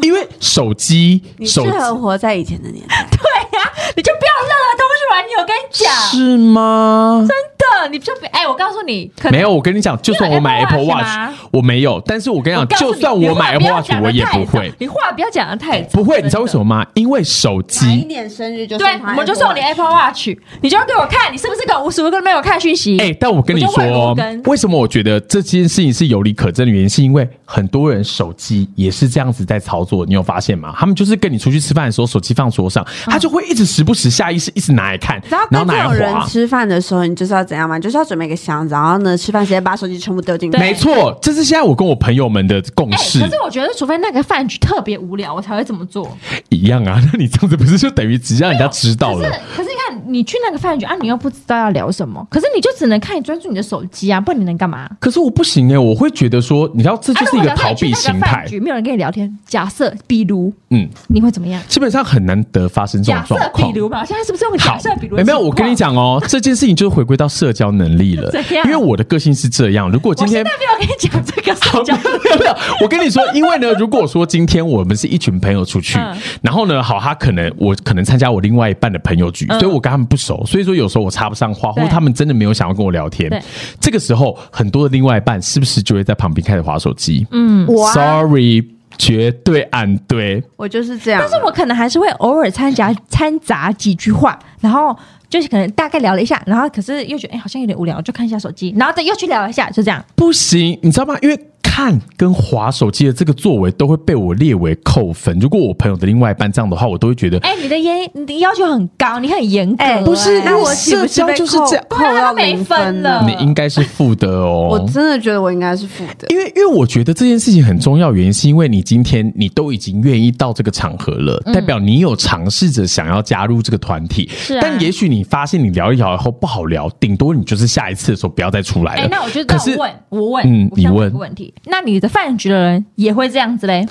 D: 因为手机
B: 你适
D: 手机
B: 合活在以前的年代，
C: 对呀，你就不要任何东西玩你。我跟你讲，
D: 是吗？
C: 真的，你就别哎，我告诉你，可能
D: 没有，我跟你讲，就算我买
C: 你有
D: Apple
C: Apple Watch
D: Watch，
C: 吗
D: 我没有。但是我跟你
C: 我
D: 讲，
C: 告诉
D: 就
C: 你
D: 算我买
C: 你
D: Apple
C: 话
D: Watch，
C: 不要讲得
D: 我也
C: 太
D: 不
C: 早
D: 会，
C: 你话不要讲的太早，
D: 不会。你知道为什
C: 么？
D: 么吗？因为手
B: 哪一
D: 机，
B: 年生日就送
C: 对，
B: 他
C: 我们就送你哎 Apple Watch，你就要给我看，你是不是跟五十个没有看讯息？
D: 哎、但我跟你
C: 我就
D: 说
C: 会
D: 哦
C: 裸跟，
D: 为什么我觉得这件事情是有理可证的原因，是因为很多人手机也是这样子在操作，你有发现吗？他们就是跟你出去吃饭的时候，手机放桌
C: 啊
D: 上，他就会一直时不时下意识一直拿来看
B: 只要，
D: 然后
B: 跟这
D: 拿
B: 种
D: 来
B: 人
D: 滑。
B: 吃饭的时候，你就是要怎样嘛？你就是要准备一个箱子，然后呢，吃饭时间把手机全部丢进去。
D: 没错，这是现在我跟我朋友们的共
C: 哎
D: 识。
C: 可是我觉得，除非那个饭局特别无聊，我才会这么做。
D: 一样啊，那你这样子不是就等于只让人家知道
C: 可是
D: 了？，
C: 可是你看，你去那个饭局啊，你又不知道要聊什么，可是你就只能看你专注你的手机啊，不然你能干嘛？
D: 可是我不行哎、我会觉得说，你知道，这
C: 啊
D: 就是一个逃避心
C: 如果假设你去那个
D: 态
C: 饭。局没有人跟你聊天，假设比如
D: 嗯，
C: 你会怎么样？
D: 基本上很难得发生这种
C: 假设
D: 状
C: 比
D: 况。
C: 如嘛，现在是不是用
D: 好哎
C: 假设比如？
D: 没有，我跟你，讲哦，这件事情就是回归到社交能力了
C: 怎。样
D: 因为我的个性是这样，如果今
C: 我
D: 天
C: 现在没有跟你讲这个社交
D: 没有没有，我跟你说，因为呢，如果说今天我们是一群朋友出去，
C: 嗯
D: 然后呢，好，他可能我可能参加我另外一半的朋友局，所以我跟他们不熟，所以说有时候我插不上话，或
C: 嗯对
D: 者他们真的没有想要跟我聊天
C: 对，
D: 这个时候很多的另外一半是不是就会在旁边开始划手机？嗯
B: 我啊
D: ，sorry，绝对按对。
B: 我就是这样啊。
C: 但是我可能还是会偶尔掺杂掺杂几句话，然后就是可能大概聊了一下，然后可是又觉得哎、好像有点无聊，就看一下手机，然后再又去聊一下，就这样。
D: 不行，你知道吗？因为看跟划手机的这个作为都会被我列为扣分。如果我朋友的另外一半这样的话，我都会觉得。
C: 哎、你的严，你的要求很高，你很严格、
B: 哎、
C: 哎
D: 不是
B: 那我岂不
D: 社交
B: 被
D: 就是
B: 扣
D: 这样
B: 扣到
C: 对啊
B: 零
C: 没分了
D: 你应该是负的哦。
B: 我真的觉得我应该是负的。
D: 因为因为我觉得这件事情很重要，原因是因为你今天你都已经愿意到这个场合了，
C: 嗯
D: 代表你有尝试着想要加入这个团体。
C: 啊
D: 但也许你发现你聊一聊以后不好聊，顶多你就是下一次的时候不要再出来了。
C: 哎、那我就
D: 可
C: 那
D: 是
C: 我问，我问，
D: 嗯
C: 我想
D: 你
C: 问
D: 问
C: 一个问题，那你的饭局的人也会这样子嘞？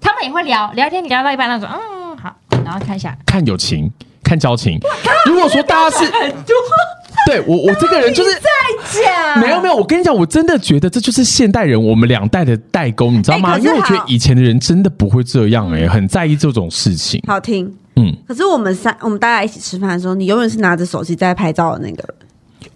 C: 他们也会聊聊天，聊到一半那种，嗯，然后看一下，
D: 看友情，看交情。 如果说大家是， 对我我这个人就是
C: 再讲
D: 没有没有，我跟你讲，我真的觉得这就是现代人我们两代的代沟，你知道吗？
B: 哎可
D: 因
B: 是
D: 为我觉得
B: 好
D: 以前的人真的不会这样、哎，很在意这种事情。
B: 好听。
D: 嗯，
B: 可是我们三，我们大家一起吃饭的时候，你永远是拿着手机在拍照的那个人。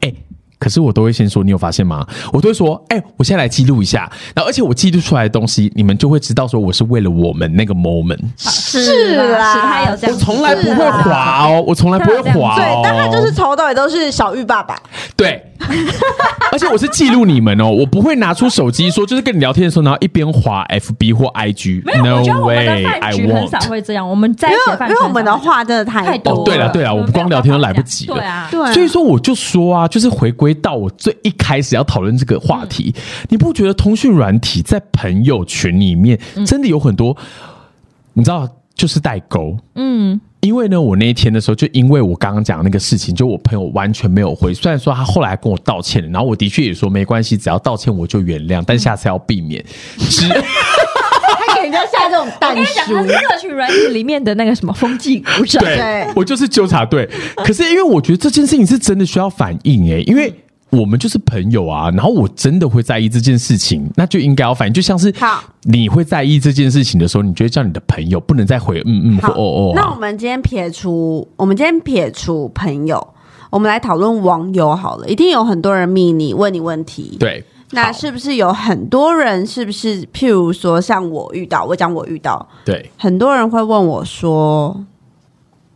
D: 哎、可是我都会先说，你有发现吗？我都会说，哎、我先来记录一下，然后而且我记录出来的东西，你们就会知道说我是为了我们那个 moment，
C: 是啦，是他有这
D: 我
C: 样，
D: 从来不会滑
C: 啊
D: 哦，我从来不会滑
B: 对
D: 哦，，
B: 但他就是从头到尾都是小玉爸爸。
D: 对，而且我是记录你们哦，我不会拿出手机说，就是跟你聊天的时候，然后一边滑 FB 或 IG，
C: 没有，我觉得
D: no
C: 我们
D: way
C: 的饭
D: I
C: 局很少
D: won't。
C: 会这样，我们在一
B: 因
C: 起的
B: 为
C: 饭
B: 因
C: 局
B: 为我们的
C: 话
B: 话真的太
C: 太
B: 多
C: 多
D: 哦对了对了我们光聊天都来不及了
C: 对啊，
B: 对啊
D: 所以说，我就说啊，就是回归到我最一开始要讨论这个话题，你不觉得通讯软体在朋友群里面真的有很多，你知道，就是代沟。
C: 嗯，
D: 因为呢，我那一天的时候，就因为我刚刚讲的那个事情，就我朋友完全没有回，虽然说他后来跟我道歉了，然后我的确也说没关系，只要道歉我就原谅，但下次要避免。只
E: 他给人家下这种
C: 啊我
E: 蛋
C: 跟你讲，他
E: 书
C: 是，社群软体里面的那个什么风纪股长，
D: 对，我就是纠察队。可是因为我觉得这件事情是真的需要反应诶、因
B: 嗯
D: 为我们就是朋友啊，然后我真的会在意这件事情，那就应该要反应。就像是
B: 好
D: 你会在意这件事情的时候，你就会叫你的朋友不能再回嗯嗯或
B: 好，
D: 哦哦
B: 那我
D: 啊。
B: 们今天撇除，我们今天撇除朋友，我们来讨论网友好了。一定有很多人密你问你问题，。
D: 对，
B: 那
D: 好
B: 是不是有很多人？是不是譬如说，像我遇到，我讲我遇到，
D: 对，
B: 很多人会问我说：“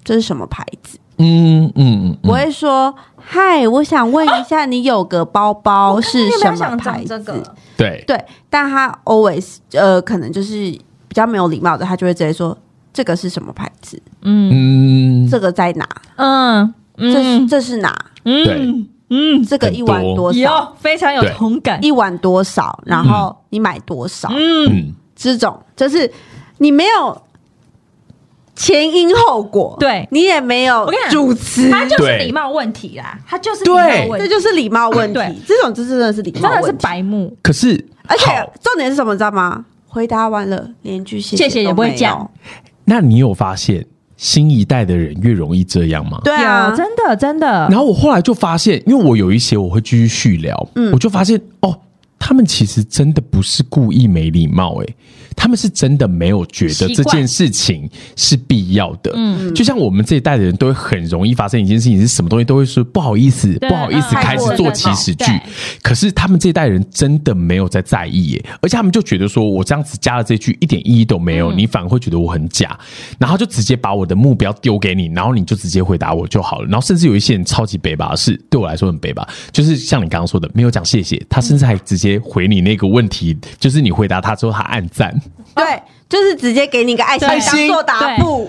B: 这是什么牌子？”
D: 嗯嗯嗯
B: 我
D: 嗯，
B: 会说：“嗨，我想问一下，你有个包包是
C: 你有没
B: 什
C: 有
B: 么
C: 想
B: 牌
C: 讲
B: 子
C: 这？”个？
D: 对，
B: 对，但他 always 呃，可能就是比较没有礼貌的，他就会直接说：“这个是什么牌子？
C: 嗯
D: 嗯，
B: 这个在哪？
C: 嗯
B: 这是
C: 嗯
B: 这是哪？
D: 对
C: 嗯嗯，
B: 这个一碗
D: 很多
B: 多少？
C: 有非常有
D: 对
C: 同感，
B: 一碗多少？然后你买多少？
C: 嗯，
D: 嗯。
B: 这种就是你没有前因后果，
C: 对
B: 你也没有
C: 我跟你讲
B: 主持，
C: 他就是
D: 对
C: 礼貌问题啦，他就是礼
D: 对
C: 貌问
B: 这
C: 题，
B: 就是礼貌问题
C: 对。
B: 这种就真的是礼
C: 真
B: 貌问
C: 的是
B: 题，
C: 白目，
D: 可是，
B: 而且
D: 好
B: 重点是什么，你知道吗？回答完了，连句谢
C: 谢谢也
B: 都
C: 不会
B: 没有
C: 讲，
D: 那你有发现新一代的人越容易这样吗？
B: 对啊
C: 有，真的真的
D: 然，后我后来就发现，因为我有一些我会继续续聊，
C: 嗯
D: 我就发现哦，他们其实真的不是故意没礼貌、欸，他们是真的没有觉得
C: 习
D: 这
C: 惯
D: 件事情是必要的。嗯，就像我们这一代的人都会很容易发生一件事情，是什么东西都会说不好意思，
C: 对
D: 不好意思，
C: 嗯
D: 开始做起始句
C: 对。
D: 可是他们这一代人真的没有在在意耶、而且他们就觉得说我这样子加了这句一点意义都没有，你反而会觉得我很假，然后就直接把我的目标丢给你，然后你就直接回答我就好了。然后甚至有一些人超级北吧，是对我来说很北吧，就是像你刚刚说的，没有讲谢谢，他甚至还直接回你那个问题，就是你回答他之后他按赞，
B: 对，就是直接给你个爱心
C: 对
B: 当做答复，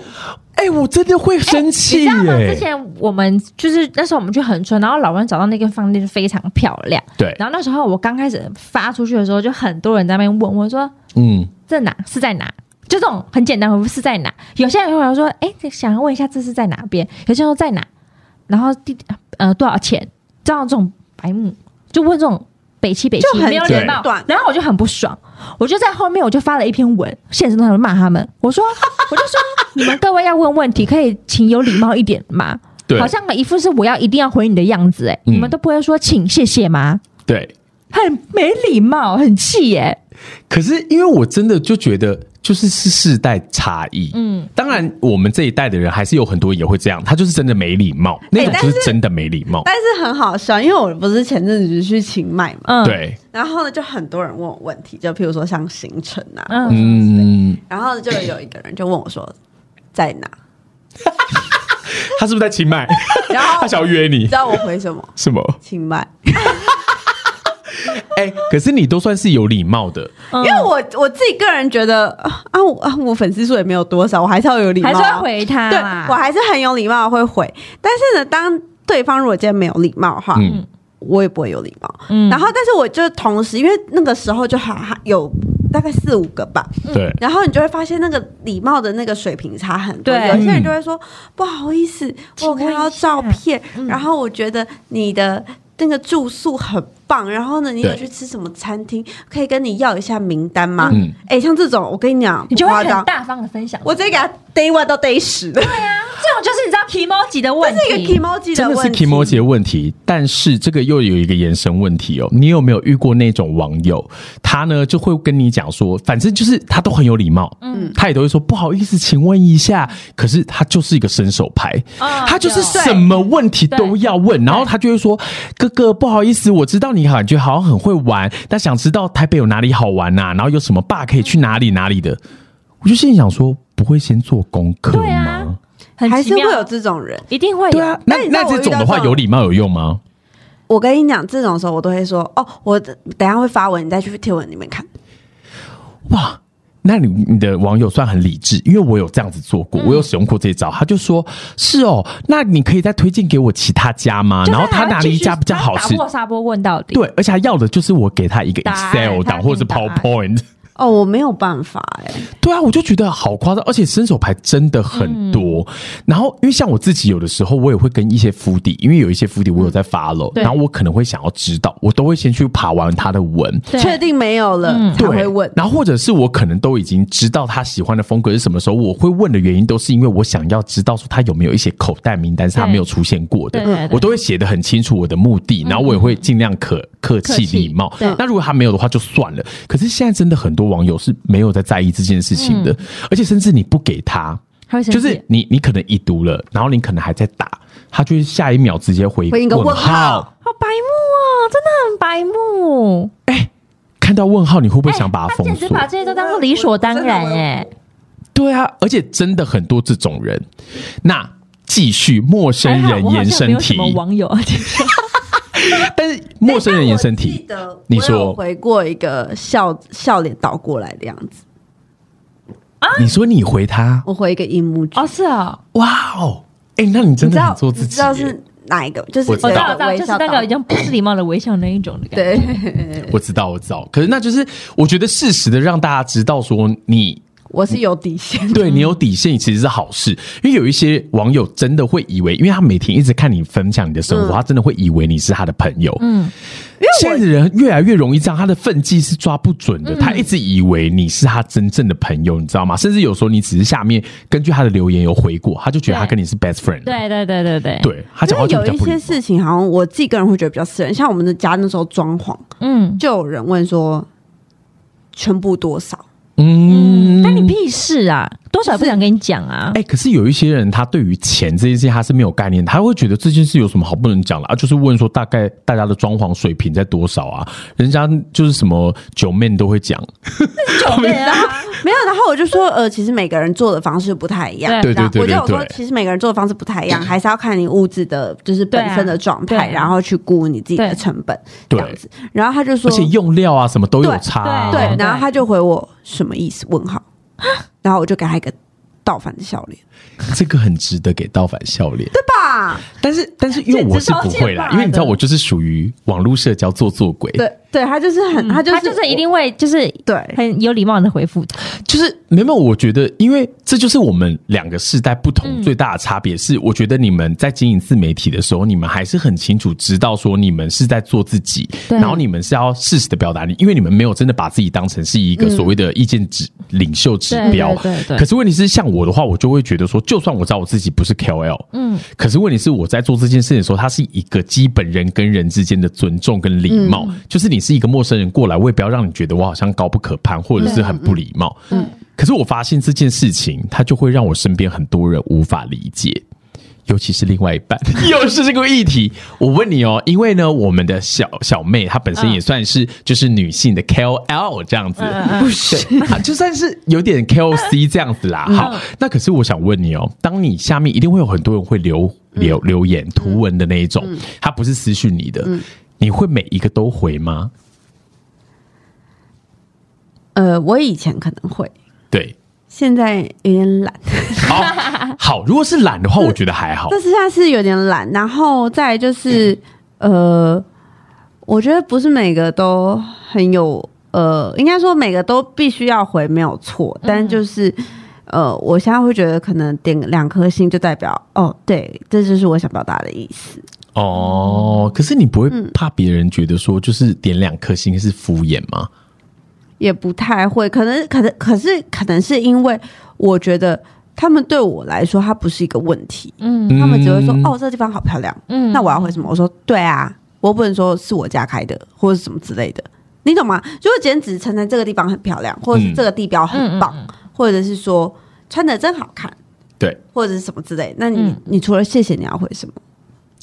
D: 哎、我真的会生
C: 你
D: 气
C: 知
D: 耶、
C: 道吗？之前我们就是那时候我们去恒春，然后老温找到那个饭店就非常漂亮。
D: 对
C: 然后那时候我刚开始发出去的时候，就很多人在那边问我说
D: 嗯，：“
C: 这哪是在哪？”就这种很简单回复是在哪？有些人会说：“哎、想要问一下这是在哪边？”有些人说在哪？然后地呃多少钱？这样这种白目就问这种北七北
B: 就
C: 七
B: 很
C: 没有礼貌
B: 简短，
C: 然后我就很不爽，我就在后面我就发了一篇文，现实中还骂他们，我说 我就说你们各位要问问题，可以请有礼貌一点吗？
D: 对
C: 好像一副是我要一定要回你的样子、哎、
D: 嗯
C: 你们都不会说请谢谢吗？
D: 对。
C: 很没礼貌，很气耶、
D: 可是因为我真的就觉得，就是是世代差异。嗯，当然我们这一代的人还是有很多也会这样，他就是真的没礼貌，那种就是真的没礼貌。
B: 但是很好笑，因为我不是前阵子去清迈嘛，
C: 嗯，，
D: 对，
B: 然后呢就很多人问我问题，就譬如说像行程啊，
C: 嗯，
D: 嗯，
B: 然后就有一个人就问我说在哪，
D: 他是不是在清迈？
B: 然
D: 他
B: 后
D: 想要约你
B: 你知道我回什么？
D: 什么？
B: 清迈，
D: 哎、可是你都算是有礼貌的，
C: 因
B: 因为我我自己个人觉得啊啊我啊我粉丝数也没有多少，我还是要有礼貌、
C: 还
B: 啊，
C: 是要回他啊
B: 对
C: 啦，
B: 我还是很有礼貌，会回。但是呢，当对方如果今天没有礼貌的话，
D: 嗯
B: 我也不会有礼貌。
C: 嗯
B: 然后，但是我就同时，因为那个时候就还还有大概四五个吧，
D: 对，
B: 然后你就会发现那个礼貌的那个水平差很多。
C: 对
B: 有些人就会说、不好意思，我
C: 请
B: 有
C: 问嗯
B: 看到
C: 一下
B: 照片，然后我觉得你的那个住宿很棒，然后呢，你有去吃什么餐厅？可以跟你要一下名单吗？
D: 嗯
B: 嗯，哎、像这种，我跟你讲，
C: 你就
B: 不
C: 会
B: 夸张
C: 很，大方的分享。
B: 我直接给他 day one 到 day 十的，
C: 对啊，这种就是你知道 i m o j i 的问
B: 这是一
C: 题，
B: 个 emoji
D: 真的是
B: 问
D: k i
B: 题。
D: m o j i 的问题，但是这个又有一个延伸问题哦。你有没有遇过那种网友，他呢就会跟你讲说，反正就是他都很有礼貌，嗯，他也都会说不好意思，请问一下，可是他就是一个伸手牌，
B: 哦
C: 啊
D: 他就是什么问题都要问，然后他就会说哥哥不好意思，我知道你感觉好像很会玩，但想知道台北有哪里好玩啊呐、然后有什么坝可以去哪里哪里的，我就心里想说，不会先做功课
C: 对啊
D: 吗？啊
C: 很
B: 还
C: 奇
B: 是会
C: 妙
B: 有啊这种人，
C: 一定会有。
D: 那
B: 哎那你知道
D: 那
B: 我
D: 这
B: 遇
D: 种
B: 到
D: 的话，
B: 这种
D: 有礼貌有用吗？
B: 我跟你讲，这种时候我都会说哦，我等等一下会发文，你再去贴文里面看。
D: 哇，那你你的网友算很理智，因为我有这样子做过，
C: 嗯
D: 我有使用过这一招。他就说：“是哦，那你可以再推荐给我其他家吗？
C: 就是
D: 然后他
C: 还会
D: 哪里一
C: 继续
D: 家比较好吃
C: 打破砂锅问到底。
D: 对，而且他要的就是我给他一个
C: 答案
D: Excel
C: 他
D: 档或者是
C: 给你答案
D: PowerPoint。
B: 哦，我没有办法哎、
D: 对啊，我就觉得好夸张，而且伸手牌真的很多。
C: 嗯
D: 然后，因为像我自己有的时候，我也会跟一些府邸，因为有一些府邸我有在 follow，、
C: 嗯对
D: 然后我可能会想要知道，我都会先去爬完他的文，
C: 对
B: 确定没有了、
C: 嗯
B: 才
D: 对，
B: 会问。
D: 然后或者是我可能都已经知道他喜欢的风格是什么时候，我会问的原因都是因为我想要知道说他有没有一些口袋名单是他
C: 对
D: 没有出现过的，
C: 对对对
D: 我都会写的很清楚我的目的，然后我也会尽量可客
C: 客
D: 气
C: 气
D: 礼貌
C: 对。
D: 那如果他没有的话就算了，可是现在真的很多网友是没有在在意这件事情的，
C: 嗯
D: 而且甚至你不给他。
C: 他会生气
D: 就是你，你可能已读了，然后你可能还在打，他就会下一秒直接回
B: 回一个
D: 问
B: 问号
C: 好白目哦，真的很白目。
D: 看到问号，你会不会想把它
C: 哎他
D: 封
C: 简直
D: 锁？
C: 把这些都当做理所当然哎、
D: 对啊，而且真的很多这种人。那继续陌生
C: 还好
D: 人
C: 我好
D: 延
C: 像没
D: 伸
C: 有什
D: 题
C: 么，网 友，
D: 但是陌生人延伸
B: 我记
D: 题
B: 得，
D: 你
B: 我有
D: 说，
B: 回过一个笑笑脸倒过来的样子，
D: 你说你回他，
B: 我回一个荧幕剧，
C: 哦是哦，
D: 哇哦，哎，那你真
B: 你知
D: 的
B: 道
D: 很做自
B: 你
D: 己
B: 知道
D: 耶，
B: 是哪一个？就是
D: 我知道
C: 我
B: 有
C: 知
B: 一
C: 道，我
B: 个
C: 知道，
B: 微
C: 就是
B: 笑
C: 那
B: 倒
C: 个已经不是礼貌的微笑那一种的感觉。
B: 对，
D: 我知道，我知道。可是那就是，我觉得适时的让大家知道说你
B: 我是有底线的。
D: 对你有底线其实是好事，因为有一些网友真的会以为，因为他每天一直看你分享你的生活，
C: 嗯
D: 他真的会以为你是他的朋友。嗯，现在的人越来越容易这样，他的分际是抓不准
C: 嗯
D: 的，他一直以为你是他真正的朋友，你知道吗？甚至有时候你只是下面根据他的留言有回过，他就觉得他
C: 对
D: 跟你是 best friend。
C: 对对对对对，
D: 对， 他讲
B: 因
D: 话
B: 为
D: 就
B: 有
D: 比较
B: 一
D: 不礼
B: 些
D: 貌
B: 事情，好像我自己个人会觉得比较私人，像我们的家那时候装潢，
C: 嗯
B: 就有人问说全部多少，
D: 嗯
C: 嗯，但你屁事啊，多少也不想跟你讲啊。
D: 哎、可是有一些人，他对于钱这件事情他是没有概念的，他会觉得这件事有什么好不能讲的啊？就是问说大概大家的装潢水平在多少啊？人家就是什么九妹都会讲，
C: 对啊，
B: 没有。然后我就说，呃，其实每个人做的方式不太一样。
D: 对
C: 对
B: 然
D: 对
B: 后
D: 对
B: 我就
D: 对
B: 有说，
D: 对，
B: 其实每个人做的方式不太一样，还是要看你物质的，就是本身的状
C: 对啊
B: 态，
C: 对
B: 然后去估你自己的
C: 对
B: 成本这
D: 对
B: 样子。然后他就说
D: 而，且用料啊什么都有差、啊，
C: 对
B: 对，然后他就回我什么意思？问号。然后我就给他一个倒反的笑脸，
D: 这个很值得给盗版笑脸。
B: 对吧？
D: 但是但是因为我是不会啦，
C: 简直超贱吧
D: 因为你知道我就是属于网络社交做作鬼，
B: 对对，他就是很，他就
C: 他
B: 是
C: 就是一定会就是
B: 对
C: 很有礼貌的回复的，
D: 就是没有，我觉得，因为这就是我们两个世代不
C: 嗯
D: 同最大的差别是，我觉得你们在经营自媒体的时候，你们还是很清楚知道说你们是在做自己，
C: 对
D: 然后你们是要适时的表达你，因为你们没有真的把自己当成是一个所谓的意见指、领袖指标。
C: 嗯对对对对
D: 可是问题是，像我的话，我就会觉得说，就算我知道我自己不是 KOL，嗯，可是问题是我在做这件事情的时候，它是一个基本人跟人之间的尊重跟礼貌，就是你是一个陌生人过来，我也不要让你觉得我好像高不可攀，或者是很不礼貌。嗯，可是我发现这件事情，它就会让我身边很多人无法理解。尤其是另外一半， 又是这个议题。我问你哦，因为呢，我们的小小妹她本身也算是就是女性的 KOL 这样子，不是，她就算是有点 KOC 这样子啦。好，那可是我想问你哦，当你下面一定会有很多人会留留留言图文的那一种，他不是私讯你的，你会每一个都回吗？
B: 呃，我以前可能会，
D: 对，
B: 现在有点懒，
D: 好好，如果是懒的话，我觉得还好。
B: 但是现在是有点懒。然后再来就是，
C: 嗯
B: 呃，我觉得不是每个都很有，呃，应该说每个都必须要回没有错，
C: 嗯
B: 但就是。呃，我现在会觉得可能点两颗星就代表哦，对，这就是我想表达的意思。
D: 哦，可是你不会怕别人觉得说，就是点两颗星是敷衍吗？
B: 也不太会，可能可能可是可能是因为我觉得他们对我来说，它不是一个问题，
C: 嗯
B: 他们只会说哦，这地方好漂亮，
C: 嗯
B: 那我要回什么？我说对啊，我不能说是我家开的或者什么之类的，你懂吗？如果今天只是称赞这个地方很漂亮，或者是
D: 嗯
B: 这个地标很棒，
C: 嗯嗯
B: 或者是说穿的真好看，
D: 对，
B: 或者是什么之类的，那你、
C: 嗯
B: 你除了谢谢，你要回什么？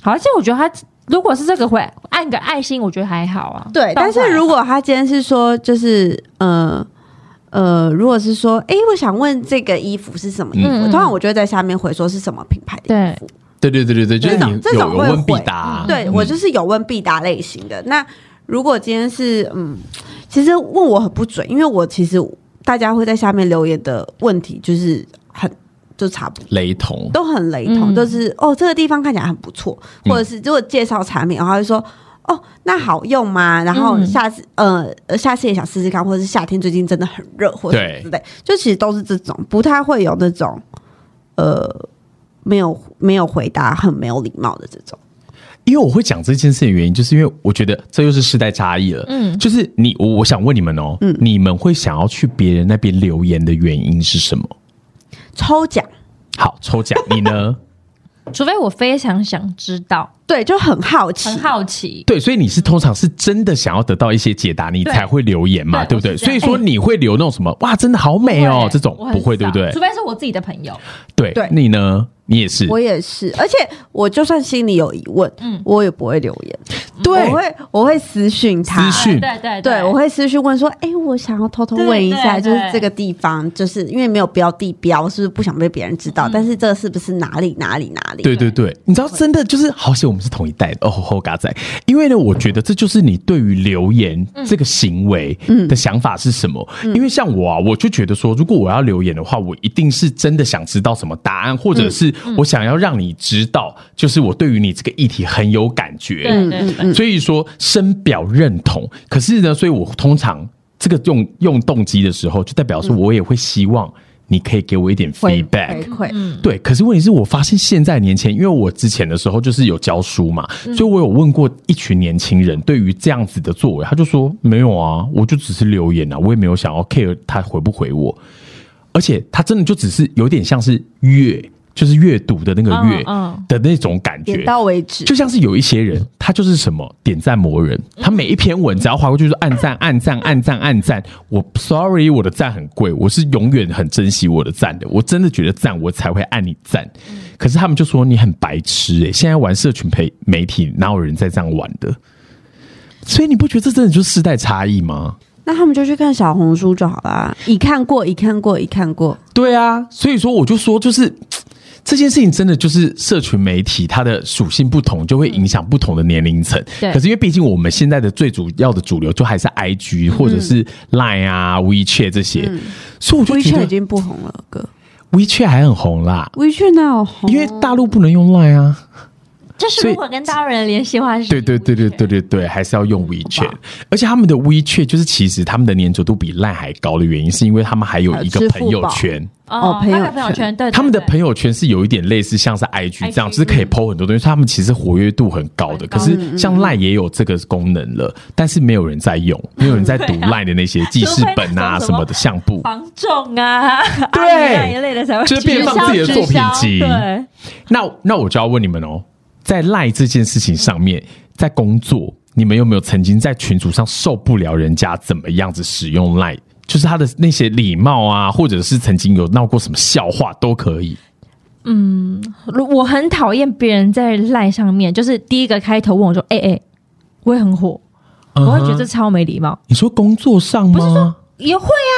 C: 好，而且我觉得他如果是这个会按个爱心，我觉得还好啊。
B: 对，
C: 倒
B: 但
C: 过
B: 是
C: 来
B: 如果他今天是说，就是呃呃，如果是说，哎、我想问这个衣服是什么衣服，
C: 嗯嗯嗯
B: 通常我就会在下面回说是什么品牌的衣服。
D: 对对对对对，就是
B: 这种
D: 你
B: 这
D: 有
B: 种
D: 有
B: 会
D: 问必
B: 毁
D: 答啊，
B: 对我就是有问必答类型的。那如果今天是嗯，其实问我很不准，因为我其实大家会在下面留言的问题就是很就差不多。
D: 雷同，
B: 都很雷同，
C: 嗯
B: 就是哦，这个地方看起来很不错，
D: 嗯
B: 或者是如果介绍产品的话，就说哦，那好用吗？然后
C: 嗯
B: 下次、呃呃，下次也想试试看，或者是夏天最近真的很热，或者什么之类，就其实都是这种，不太会有那种呃没有没有回答很没有礼貌的这种。
D: 因为我会讲这件事的原因，就是因为我觉得这又是世代差异了。嗯，就是你，我我想问你们哦，你们会想要去别人那边留言的原因是什么？
B: 抽奖
D: 好，抽奖，你呢？
C: 除非我非常想知道，
B: 对，就很好奇，
C: 很好 奇，
D: 对，所以你是通常是真的想要得到一些解答，你
C: 对
D: 才会留言嘛，对
C: 对
D: 不对？
C: 我是
D: 所
C: 这
D: 以
C: 样
D: 说你会留那种什么哇，真的好美哦
C: 对，
D: 这种
C: 我很
D: 不会，
C: 少
D: 对不对
C: 除？非是我自己的朋友，
D: 对
B: 对，
D: 你呢？你也是，
B: 我也是，而且我就算心里有疑问，
C: 嗯
B: 我也不会留言，
D: 对
B: 我会我会私讯他，
D: 私讯
C: 对对
B: 对，我会私讯问说，哎、我想要偷偷
C: 对
B: 问一下，
C: 对
B: 就是
C: 对
B: 这个地方，就是因为没有标地标，是不是不想被别人知
C: 嗯
B: 道？但是这个是不是哪里哪里哪里？
D: 对对对，你知道真的就是好险，我们是同一代的哦，吼嘎仔。因为呢，我觉得这就是你对于留言这个行为的想法是什么。因为像我啊，我就觉得说，如果我要留言的话，我一定是真的想知道什么答案，或者是我想要让你知道，就是我对于你这个议题很有感觉。
C: 对对对，
D: 所以说深表认同。可是呢，所以我通常这个用用动机的时候，就代表说我也会希望你可以给我一点
B: 回
D: feedback，
B: 回馈，
C: 嗯
D: 对，可是问题是我发现现在年轻人，因为我之前的时候就是有教书嘛，所以我有问过一群年轻人对于这样子的作为，他就说没有啊，我就只是留言啊，我也没有想要 care 他回不回我，而且他真的就只是有点像是阅，就是阅读的那个阅
C: 嗯嗯
D: 的那种感觉，
B: 点到为止。
D: 就像是有一些人，他就是什么点赞魔人，他每一篇文只要划过去就是按赞、按赞、按赞、按赞。我 sorry，我的赞很贵，我是永远很珍惜我的赞的，我真的觉得赞我才会按你赞。可是他们就说你很白痴诶、现在玩社群媒媒体哪有人在这样玩的？所以你不觉得这真的就是世代差异吗？
B: 那他们就去看小红书就好啦，已看过，已看过，已看过。
D: 对啊，所以说我就说，就是嘖这件事情真的就是社群媒体它的属性不同，就会影响不同的年龄层。
C: 对
D: 可是因为毕竟我们现在的最主要的主流就还是 IG 或者是 Line 啊、WeChat 这些，所以我就
B: WeChat
D: 觉
B: 已
D: 得
B: 经不红了，哥。
D: WeChat 还很红啦，
B: WeChat 哪有红？啊
D: 因为大陆不能用 Line 啊。
C: 就是如果跟大人联系的话，是
D: 对对对对对对对，还是要用 WeChat，而且他们的 WeChat 就是其实他们的粘着度比 Line 还高的原因，是因为他们还有一
B: 还
D: 个
B: 有支
D: 朋
B: 付
D: 友
B: 宝
D: 圈。
B: 哦朋
C: 那
B: 友
C: 个朋友
B: 圈
C: 圈，对，对
D: 他们的
C: 对
D: 朋友圈是有一点类似像是 IG 这样，
C: IG
D: 就是可以 PO 很多东西，所以他们其实活跃度很高的。
C: 很
D: 可
C: 高
D: 是像 Line 也有这个功能了，但是没有人在用，没有人 在读 Line 的那些记事本啊
C: 啊除非那种
D: 什么的相簿。
C: 房仲啊，
D: 对
C: 阿姨啊一类的才会
D: 就是变放自己的作品集
C: 直销对，
D: 那那我就要问你们哦，在 Line 这件事情上面，在工作，你们有没有曾经在群组上受不了人家怎么样子使用 Line？就是他的那些礼貌啊，或者是曾经有闹过什么笑话都可以。
C: 如我很讨厌别人在赖上面，就是第一个开头问我说：“哎、哎、我也很火。”我会觉得这
D: 嗯哼
C: 超没礼貌，
D: 你说工作上吗？
C: 也会啊。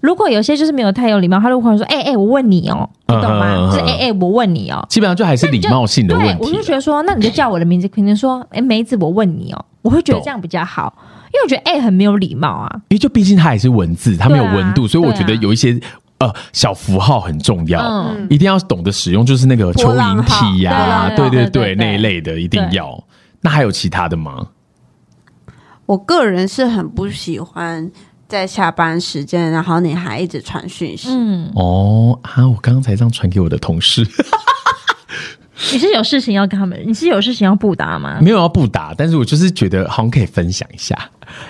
C: 如果有些就是没有太有礼貌，他如果说：“哎、哎、我问你哦、你懂吗？”
D: 嗯嗯嗯嗯
C: 就是“哎、哎、我问你哦、
D: 基本上就还是礼貌性的
C: 对
D: 问，题啊
C: 我就
D: 了。
C: 觉得说，那你就叫我的名字，可能说：“哎、梅子，我问你哦、我会觉得
D: 懂
C: 这样比较好，因为我觉得“哎、很没有礼貌啊。
D: 因为就毕竟它也是文字，它没有温度，
C: 对啊
D: 所以我觉得有一些呃小符号很重要，
C: 嗯
D: 一定要懂得使用，就是那个蚯蚓体呀、对
C: 波浪号
D: 对
C: 对
D: 对
C: 对对
D: 那一类的一定要。那还有其他的吗？
B: 我个人是很不喜欢在下班时间，然后你还一直传讯息。
C: 嗯，
D: 哦啊，我刚刚才这样传给我的同事，
C: 你是有事情要跟他们，你是有事情要布达吗？
D: 没有要不打，但是我就是觉得好像可以分享一下，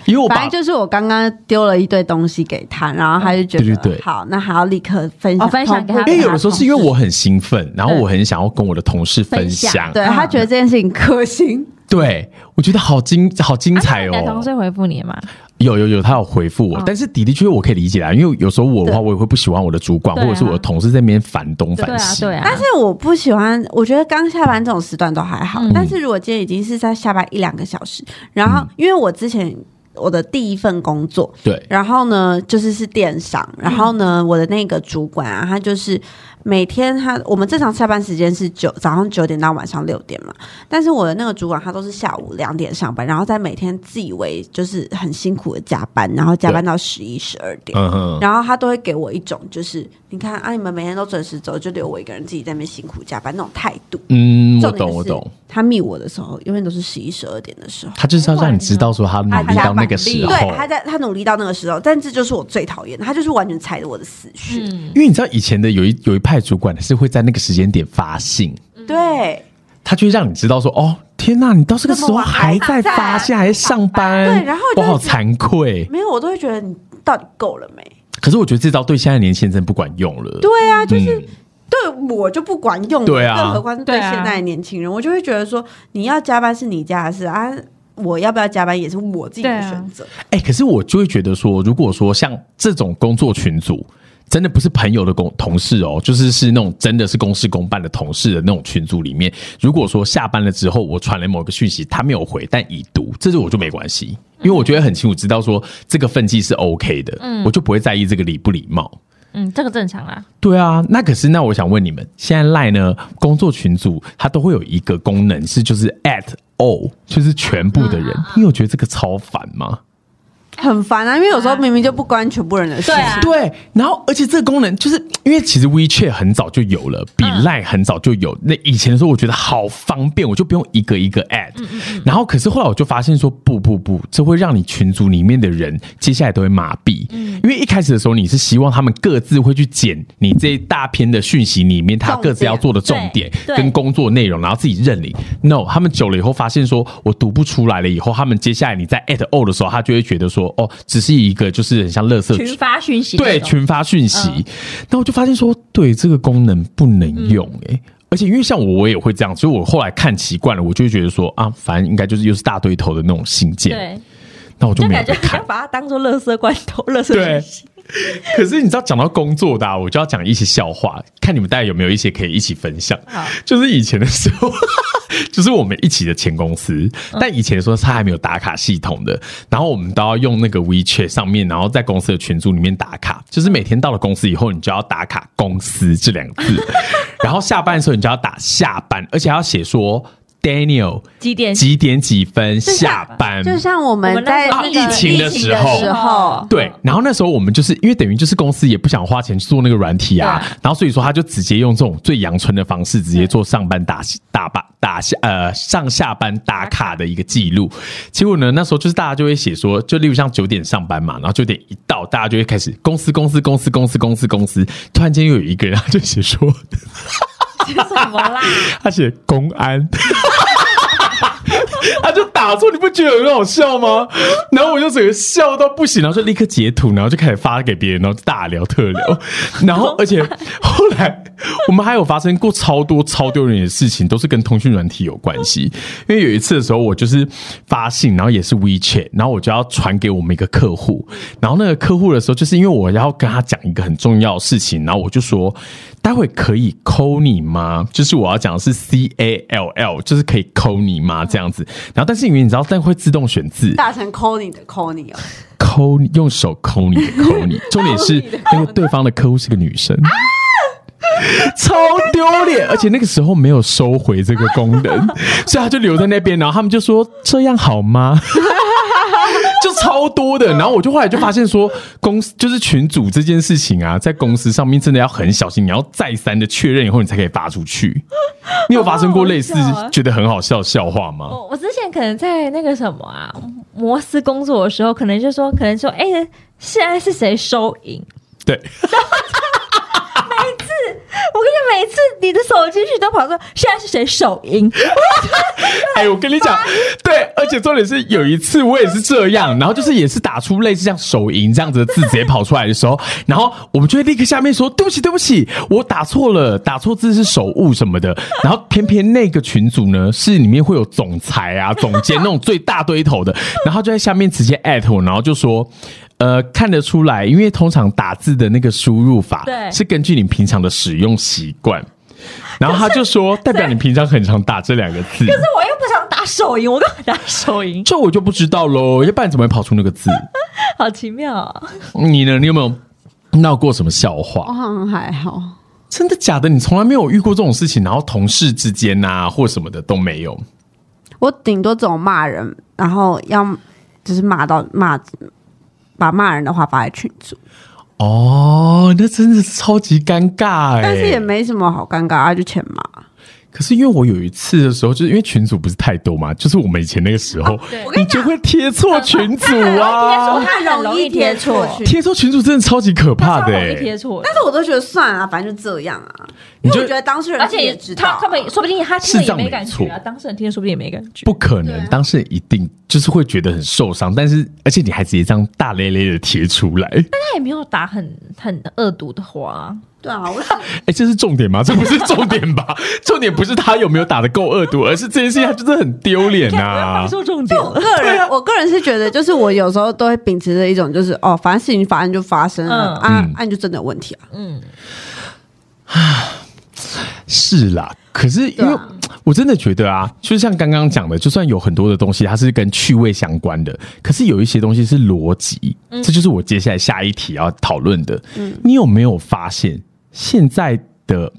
D: 因为我
B: 反
D: 把
B: 正就是我刚刚丢了一堆东西给他，然后他就觉得
D: 对对对
B: 好，那还要立刻分享、
C: 哦分享给他
B: 同步
D: 因为
C: 给
D: 有的时候是因为我很兴奋，然后
C: 嗯
D: 我很想要跟我的同事分
C: 分
D: 享
C: 享，
B: 对他觉得这件事情可 行，
D: 对我觉得好精好精彩
C: 啊那你的同
D: 哦。
C: 事回复你吗？
D: 有有有，他有回复我，
C: 哦
D: 但是的的确确我可以理解啦，因为有时候我的话，
B: 嗯对
D: 我也会不喜欢我的主管
C: 对啊
D: 或者是我的同事在那边反东
C: 对
D: 反
C: 啊，
D: 西
C: 对。啊
B: 但。是我不喜欢，我觉得刚下班这种时段都还
D: 嗯
B: 好，但是如果今天已经是在下班一两个小时，然后因为我之前我的第一份工作，
D: 对
B: 然后呢就是是电商，然后呢我的那个主管啊，他就是每天他我们正常下班时间是九早上九点到晚上六点嘛，但是我的那个主管他都是下午两点上班，然后在每天自以为就是很辛苦的加班，然后加班到十一十二点，
D: 嗯哼，
B: 然后他都会给我一种就是，你看啊，你们每天都准时走，就留我一个人自己在那边辛苦加班那种态度。
D: 嗯，我
B: 重点
D: 懂
B: 是
D: 我懂，。
B: 他密我的时候，永远都是十一、十二点的时候。
D: 他就是要让你知道说他努力到那个时候，
B: 对，他在他努力到那个时候，但这就是我最讨厌的，他就是完全踩着我的死穴。
D: 因为你知道以前的有一有一派主管是会在那个时间点发信，
C: 嗯
B: 对
D: 他就会让你知道说，哦，天呐，你到这个时候还在发现，还在上班，
B: 对然后就
D: 我
B: 会
D: 好
B: 觉得
D: 惭愧。
B: 没有，我都会觉得你到底够了没？
D: 可是我觉得这招对现在年轻人真的不管用了。
B: 对啊，就是、
D: 嗯
B: 对我就不管用了，
D: 对啊
B: 更何况是对
C: 对啊
B: 现在的年轻人，我就会觉得说，你要加班是你家的事啊，我要不要加班也是我自己的
C: 对啊
B: 选择。
D: 哎、可是我就会觉得说，如果说像这种工作群组，真的不是朋友的公同事哦，就是是那种真的是公事公办的同事的那种群组里面，如果说下班了之后我传了某个讯息，他没有回，但已读，这就我就没关系，因为我觉得很清楚知道说这个分际是 OK 的，我就不会在意这个礼不礼貌。
C: 嗯，这个正常啦。
D: 对啊，那可是那我想问你们，现在赖呢工作群组它都会有一个功能是就是 at all，就是全部的人，你有觉得这个超烦吗？
B: 很烦啊，因为有时候明明就不关全部人的事。
C: 对啊
D: 对，然后而且这个功能就是因为其实 WeChat 很早就有了，
C: 嗯
D: 比 Line 很早就有。那以前的时候我觉得好方便，我就不用一个一个 add。然
C: 嗯
D: 后可是后来我就发现说，不不不，这会让你群组里面的人接下来都会麻痹。
C: 嗯
D: 因为一开始的时候你是希望他们各自会去捡你这一大篇的讯息里面他各自要做的重点
C: 对对
D: 跟工作内容，然后自己认领。No，他们久了以后发现说，我读不出来了以后，他们接下来你在 at all 的时候，他就会觉得说，哦，只是一个就是很像垃圾
C: 群发讯息那种，
D: 对群发讯息，那、我就发现说，对这个功能不能用哎、欸而且因为像我，我也会这样，所以我后来看习惯了，我就会觉得说啊，反正应该就是又是大堆头的那种信件，
C: 对，
D: 那我就
C: 就
D: 没有
C: 感
D: 再
C: 觉
D: 看
C: 像。把它当做垃圾罐头、垃圾
D: 对
C: 讯息。
D: 可是你知道，讲到工作的、啊，我就要讲一些笑话，看你们大家有没有一些可以一起分享
C: 好。
D: 就是以前的时候， 就是我们一起的前公司，但以前的时候他还没有打卡系统的，然后我们都要用那个 WeChat 上面，然后在公司的群组里面打卡。就是每天到了公司以后，你就要打卡“公司”这两个字，然后下班的时候你就要打下班，而且还要写说 Daniel
C: 几 点
D: 几点几分
B: 就像
D: 下班，
B: 就像我们在
C: 我
B: 那
C: 们
B: 个
C: 那时候
D: 啊疫情的时候
B: 疫情的时候
D: 对，然后那时候我们就是因为等于就是公司也不想花钱去做那个软体啊
C: 对，
D: 然后所以说他就直接用这种最阳春的方式，直接做上班打打吧打下呃上下班打卡的一个记录。结果呢，那时候就是大家就会写说，就例如像九点上班嘛，然后九点一到，大家就会开始公司公司公司公司公司公司，突然间又有一个人他就写说，
C: 什么啦？
D: 他写公安。 他就打错，你不觉得很好笑吗？然后我就整个笑到不行，然后就立刻截图，然后就开始发给别人，然后就大聊特聊。然后而且后来我们还有发生过超多超丢人的事情，都是跟通讯软体有关系。因为有一次的时候，我就是发信，然后也是 WeChat，然后我就要传给我们一个客户，然后那个客户的时候，就是因为我要跟他讲一个很重要的事情，然后我就说。待会可以扣你吗？就是我要讲的是 C A L L，就是可以扣你吗？这样子。然后，但是因为你知道，但会自动选字，
B: 大成抠你的抠你哦，
D: 抠你用手 抠你的抠你，重点是那个对方的啊客户是个女生， 超丢脸，而且那个时候没有收回这个功 能，所以他就留在那边，然后他们就说这样好 吗？就超多的，然后我就后来就发现说，公司就是群主这件事情啊，在公司上面真的要很小心，你要再三的确认以后，你才可以发出去。你有发生过类似
C: 好好笑啊
D: 觉得很好笑的笑话吗？
C: 我我之前可能在那个什么啊，摩斯工作的时候，可能就说，可能说，哎、现在是谁收银？
D: 对，
C: 我我跟你讲，每次你的手机去都跑说现在是谁手淫，
D: 哎、我跟你 讲，对，而且重点是有一次我也是这样，然后就是也是打出类似像手淫这样子的字直接跑出来的时候，然后我们就会立刻下面说对不起对不起，我打错了，打错字是手误什么的。然后偏偏那个群组呢是里面会有总裁啊、总监那种最大堆头的， 然后就在下面直接艾特我，然后就说。呃，看得出来，因为通常打字的那个输入法
C: 对
D: 是根据你平常的使用习惯，然后他就说代表你平常很常打这两个字。
C: 可是我又不想打手淫，我干嘛打 手淫？
D: 这我就不知道喽，要不然怎么会跑出那个 字？
C: 好奇妙、哦，
D: 你呢？你有没有闹过什么笑
B: 我
D: 话？
B: 好像还好，
D: 真的假的？你从来没有遇过这种事情，然后同事之间啊或什么的都没有。
B: 我顶多总骂人，然后要就是骂到骂，把骂人的话发在群组，
D: 哦，那真的是超级尴尬哎、
B: 但是也没什么好尴尬啊，就欠骂。
D: 可是因为我有一次的时候，就是因为群组不是太多嘛，就是我们以前那个时候，你就会贴错群组 啊，
B: 他很容易贴错去
D: 贴错群组真的超级可怕的、
C: 容易贴
D: 欸。
C: 错
B: 但。是我都觉得算了、反正就这样啊。
D: 你
B: 因
D: 就
B: 为我觉得当事人
C: 而
B: 自己
C: 且
B: 也知道啊、
C: 他他们说不定他听了也没感觉
D: 是这样
C: 啊，
D: 没错
C: 当事人听了说不定也没感觉。
D: 不可能，当事人一定就是会觉得很受伤，但是而且你还直接这样大咧咧的贴出来，
C: 他也没有打很很恶毒的话，
B: 对啊， 我只
D: 哎、这是重点吗？这不是重点吧？ 重点不是他有没有打的够恶毒，而是这件事情他真的很丢脸啊呐
C: 放。错重点
B: 我
C: 了。
B: 个人、我个人是觉得，就是我有时候都会秉持着一种，就是哦，反正事情发生就发生了，
C: 嗯
B: 啊，啊，你就真的有问题啊。
D: 是啦，可是因
B: 对
D: 为
B: 啊
D: 我真的觉得啊，就像刚刚讲的，就算有很多的东西它是跟趣味相关的，可是有一些东西是逻辑，
B: 嗯
D: 这就是我接下来下一题要讨论的。你有没有发现现在的？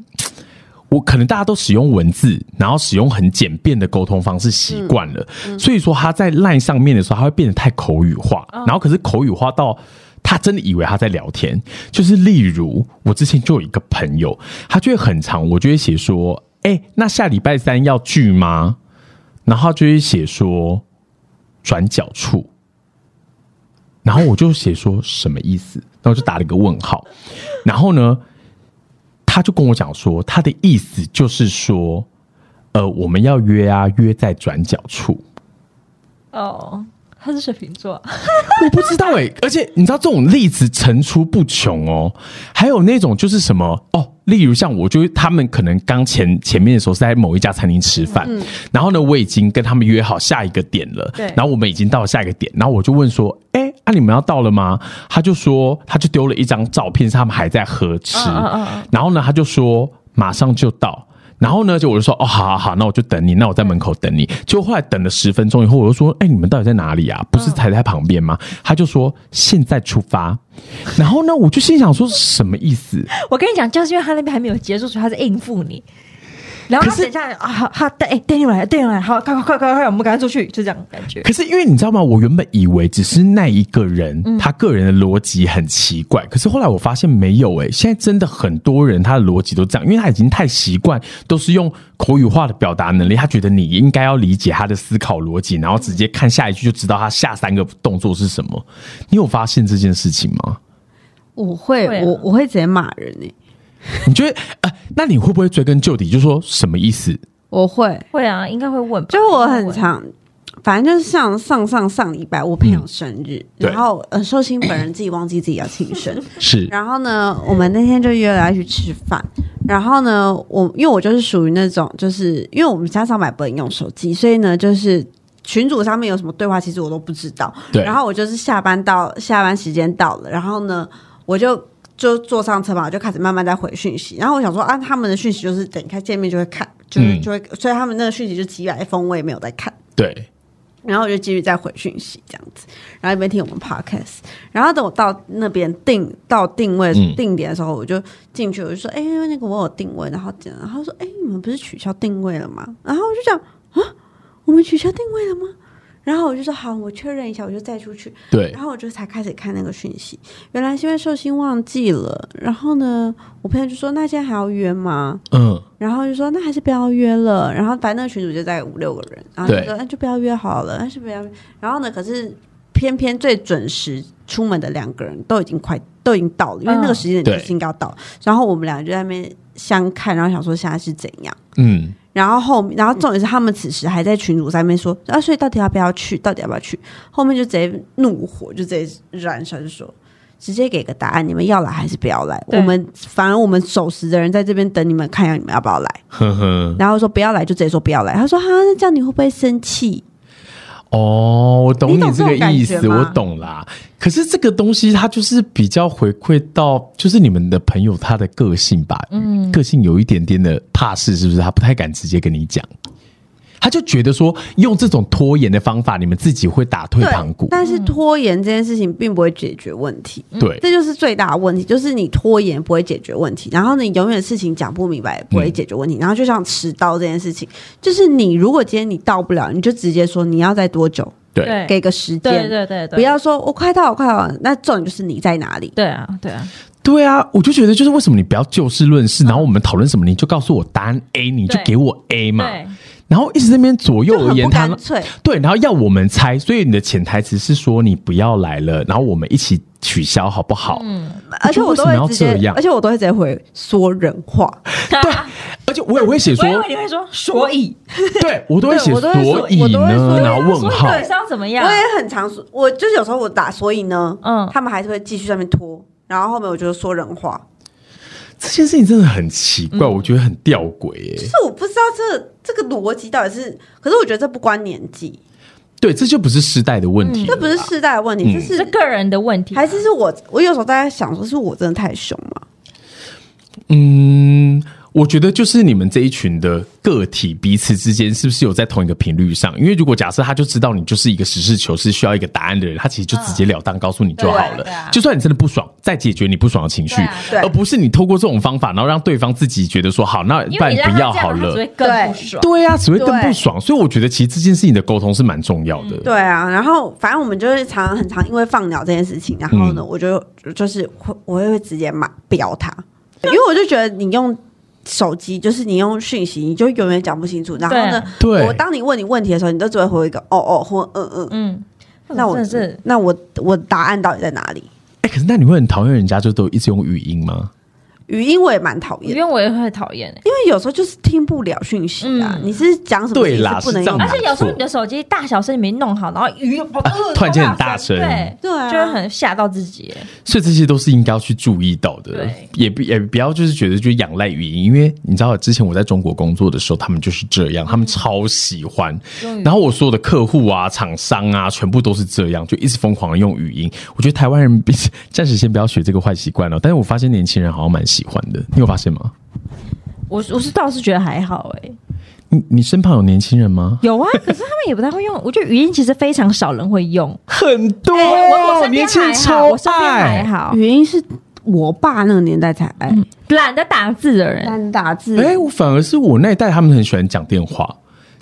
D: 我可能大家都使用文字，然后使用很简便的沟通方式习惯了，
B: 嗯
D: 所以说他在 LINE 上面的时候，他会变得太口语化，
B: 哦
D: 然后可是口语化到他真的以为他在聊天。就是例如，我之前就有一个朋友，他就会很长，我就会写说：“哎、那下礼拜三要聚吗？”然后他就会写说转角处，然后我就写说什么意思，然后就打了一个问号，然后呢，他就跟我讲说，他的意思就是说，呃，我们要约啊，约在转角处。
C: 哦，他是水瓶座，
D: 我不知道哎、而且你知道这种例子层出不穷哦。还有那种就是什么哦，例如像我就他们可能刚前前面的时候是在某一家餐厅吃饭，然后呢我已经跟他们约好下一个点了，
C: 对
D: 然后我们已经到了下一个点，然后我就问说，哎、啊你们要到了吗？他就说他就丢了一张照片，是他们还在合吃，
C: 嗯嗯嗯嗯
D: 然后呢他就说马上就到。然后呢，就我就说哦，好好好，那我就等你，那我在门口等你。结果后来等了十分钟以后，我就说，哎、你们到底在哪里啊？不
C: 嗯
D: 是才在旁边吗？他就说现在出发。然后呢，我就心想说什么意思？
C: 我跟你讲，就是因为他那边还没有结束，所以他在应付你。然后他
D: 可是
C: 等一下啊，好，好，带哎，带你来，带你来，好，快快快快快，我们赶快出去，就这样感觉。
D: 可是因为你知道吗？我原本以为只是那一个人，他个人的逻辑很奇怪。可是后来我发现没有诶、欸现在真的很多人他的逻辑都这样，因为他已经太习惯都是用口语化的表达能力，他觉得你应该要理解他的思考逻辑，然后直接看下一句就知道他下三个动作是什么。你有发现这件事情吗？
B: 我会，
C: 会啊
B: 我我会直接骂人欸呢、
D: 你觉得呃，那你会不会追根究底，就说什么意思？
B: 我会，
C: 会啊，应该会问吧，
B: 就我
C: 应
B: 很
C: 该会
B: 常，反正就是像上上上礼拜我朋友生日，
D: 对
B: 然后呃寿星本人自己忘记自己要庆生，
D: 是
B: 然后呢，我们那天就约了要去吃饭。然后呢，我因为我就是属于那种，就是因为我们家上买不能用手机，所以呢，就是群组上面有什么对话，其实我都不知道。
D: 对
B: 然后我就是下班到下班时间到了，然后呢，我就。就坐上车嘛，我就开始慢慢在回讯息。然后我想说，啊，他们的讯息就是等一下见面就会看，就是
D: 嗯
B: 就会，所以他们那个讯息就几百封，我也没有在看。
D: 对，
B: 然后我就继续再回讯息这样子，然后一边听我们 podcast，然后等我到那边定到定位、
D: 嗯
B: 定点的时候，我就进去，我就说，哎、那个我有定位，然后这样然后他说，哎、你们不是取消定位了吗？然后我就讲啊，我们取消定位了吗？然后我就说好，我确认一下，我就再出去。
D: 对
B: 然，后我就才开始看那个讯息，原来是因为寿星忘记了。然后呢，我朋友就说那现在还要约吗？
D: 嗯，
B: 然后就说那还是不要约了。然后反正那个群主就在五六个人，然后就
D: 对
B: 说哎那就不要约好了，那是不要约。然后呢，可是偏偏最准时出门的两个人都已经快都已经到了，因为那个时间
D: 嗯
B: 点就是应该要到。然后我们俩就在那边相看，然后想说现在是怎样。
D: 嗯，
B: 然后后，然后重点是他们此时还在群主上面说，啊，所以到底要不要去？到底要不要去？后面就直接怒火，就直接燃烧，就说直接给个答案，你们要来还是不要来？
C: 对
B: 我们反而我们守时的人在这边等你们，看一下你们要不要来。
D: 呵呵，
B: 然后说不要来，就直接说不要来。他说哈，那这样你会不会生气？
D: 哦，我懂
B: 你懂
D: 这个
B: 这种感
D: 意
B: 觉
D: 思，
B: 吗
D: 我懂啦。可是这个东西它就是比较回馈到，就是你们的朋友他的个性吧，嗯，个性有一点点的怕事，是不是？他不太敢直接跟你讲，他就觉得说用这种拖延的方法，你们自己会打退
B: 对
D: 堂鼓，。
B: 但是拖延这件事情并不会解决问题。
D: 嗯对，
B: 这就是嗯最大的问题，就是你拖延不会解决问题，然后你永远事情讲不明白也不会解决问
D: 嗯
B: 题，然后就像迟到这件事情，就是你如果今天你到不了，你就直接说你要再多久，
D: 对，
C: 对
B: 给个时
C: 对
B: 间，
C: 对对对，
B: 不要说我快到我快到了，那重点就是你在哪里。
C: 对啊对啊，
D: 对啊，我就觉得就是为什么你不要就事论
B: 嗯
D: 事，然后我们讨论什么，你就告诉我答案 A，你就
C: 对
D: 给我 A 嘛，
C: 对
D: 然后一直在那边左右
B: 就
D: 而
B: 很
D: 言
B: 不
D: 他
B: 干，脆，
D: 对，然后要我们猜，所以你的潜台词是说你不要来了，然后我们一起取消好不好？
B: 嗯而且我都
D: 为什么要
B: 会直
D: 这
B: 接
D: 样，
B: 而且我都会直接回说人话，
D: 对，而且我也会写说
C: 我以，为你会说所以，
D: 对我都会写
B: 对我都会说
D: 所以
B: 我都会
D: 呢，
B: 说
D: 然后问号
C: 所以到底，是要怎么样
B: 我？也很常说，我就是有时候我打，所以呢，
C: 嗯
B: 嗯，他们还是会继续在那边拖，然后后面我就说人话，
D: 这件事情真的很奇怪，
B: 嗯
D: 我觉得很吊诡耶、
B: 这我不知道这这个逻辑到底是，可是我觉得这不关年纪，
D: 对，这就不是世代的问题了
B: 嗯这
D: 啦、
B: 不是世代的问题，
D: 嗯
B: 这
C: 是
B: 是
C: 个人的问题，啊
B: 还是是我我有时候大家想说是我真的太凶啊嘛，
D: 嗯，我觉得就是你们这一群的个体彼此之间是不是有在同一个频率上？因为如果假设他就知道你就是一个实事求是需要一个答案的人，他其实就直截了当告诉你就好了。
C: 对啊对啊
D: 就算你真的不爽，再解决你不爽的情绪，
C: 对啊
B: 对
D: 而不是你透过这种方法，然后让对方自己觉得说好，那
C: 因
D: 不
C: 为
D: 然
C: 你让
D: 不要
C: 他这样
D: 好
C: 他只会
D: 了。
C: 更不爽。
D: 对啊，只会更不
B: 对
D: 爽，所以我觉得其实这件事情的沟通是蛮重要的。
B: 对啊，然后反正我们就是常常很常因为放鸟这件事情，然后
D: 嗯
B: 呢，我就就是会我会直接骂飙他，因为我就觉得你用。手机就是你用讯息，你就永远讲不清楚。然后呢，
D: 对
B: 我当你问你问题的时候，你都只会回一个哦哦或嗯嗯嗯。
C: 嗯，
B: 那我
C: 真的是
B: 那我我答案到底在哪里？
D: 哎、可是那你会很讨厌人家就都一直用语音吗？
B: 语音我也蛮讨厌
C: 因，为我也会讨厌欸
B: 因为有时候就是听不了讯息啊。
C: 嗯
B: 你是讲什么
D: 对
B: 讯
D: 啦
B: 息不能
D: 是这
B: 用
D: 样
C: 而
D: 子
C: 且有时候你的手机大小声你没弄好，然后哦鱼又跑
D: 突然间很大声
C: 对
B: 对啊
C: 就会很吓到自己。
D: 所以这些都是应该要去注意到的
C: 对，
D: 也不也不要就是觉得就仰赖语音，因为你知道之前我在中国工作的时候，他们就是这
C: 嗯
D: 样，他们超喜欢。然后我所有的客户啊、厂商啊，全部都是这样，就一直疯狂的用语音。我觉得台湾人 比暂时先不要学这个坏习惯了，哦但是我发现年轻人好像蛮喜欢的，你有发现吗？
C: 我我是倒是觉得还好哎，
D: 你你身旁有年轻人吗？
C: 有啊，可是他们也不太会用。我觉得语音其实非常少人会 用，
D: 很多，
C: 啊哎我我身边
D: 啊年轻人
C: 还好，
D: 超
C: 我身边还
D: 爱。
C: 好，
B: 语音是我爸那个年代才爱，
C: 嗯懒得打字的人，
B: 单打字
D: 哎、我反而是我那一代，他们很喜欢讲电话，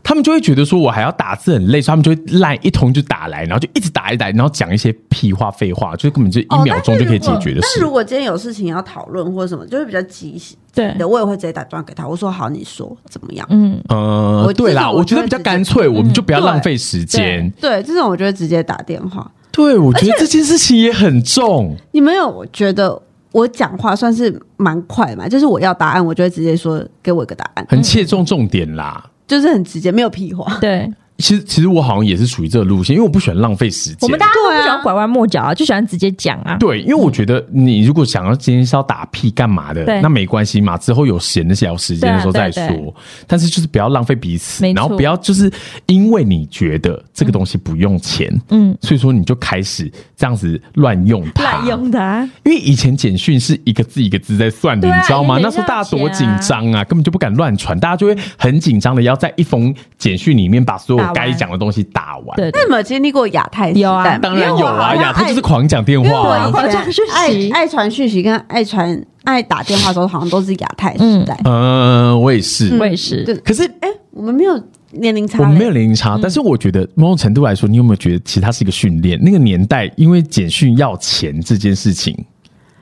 D: 他们就会觉得说我还要打字很累，所以他们就会烂一通就打来，然后就一直打一直打，然后讲一些屁话废话，就是根本就一秒钟就可以解决的
B: 哦但是
D: 事。
B: 如果今天有事情要讨论或者什么，就是比较急
C: 对
B: 的，我也会直接打电话给他，我说好，你说怎么样？
C: 嗯，
D: 呃
B: 我，
D: 对啦，
B: 这种
D: 我
B: 我
D: 觉得
B: 就会
D: 比较
B: 直接
D: 干脆，我们就不要
B: 嗯对
D: 浪费时
C: 嗯
D: 间。
B: 对，这种我就会直接打电话。
D: 对，我觉得这件事情也很重。
B: 你们有觉得我讲话算是蛮快嘛？就是我要答案，我就会直接说给我一个答案，
D: 很切中重点啦。
B: 就是很直接，没有屁话。
C: 对，
D: 其实，其实我好像也是属于这个路线，因为我不喜欢浪费时间。
C: 我们大家都
B: 对
C: 不
B: 啊
C: 喜欢拐弯抹角啊，就喜欢直接讲啊。
D: 对，因为我觉得你如果想要今天是要打屁干嘛的
C: 对，
D: 那没关系嘛，之后有闲的小时间的时候
C: 对啊
D: 再
C: 对
D: 说。
C: 啊对
D: 但是就是不要浪费彼此
C: 没，错
D: 然后不要就是因为你觉得这个东西不用钱，
C: 嗯
D: 嗯，所以说你就开始这样子乱用它，
C: 滥用的啊，
D: 因为以前简讯是一个字一个字在算的，
C: 对啊
D: 你知道吗？
C: 以前
D: 那时候大家多紧张啊，根本就不敢乱传，大家就会很紧张的要在一封简讯里面把所
C: 打
D: 有
C: 完
D: 该讲的东西打完。
C: 对，
B: 那你们有经历过亚太时
C: 有啊
B: 代吗？
D: 当然有啊，
B: 因为我好像
D: 亚太就
B: 爱
D: 是狂讲电
B: 因为
D: 话、啊。
B: 我以
C: 传讯
B: 前
C: 息
B: 爱爱传讯息跟爱传爱打电话的时候，好像都是亚太时代。
D: 嗯，我也是，
C: 我也是。
B: 对
D: 可是
C: 嗯
B: 哎、我们没有年龄差、
D: 我们没有年龄差，但是我觉得某种程度来说，你有没有觉得其实它是一个训练？那个年代，因为简讯要钱这件事情，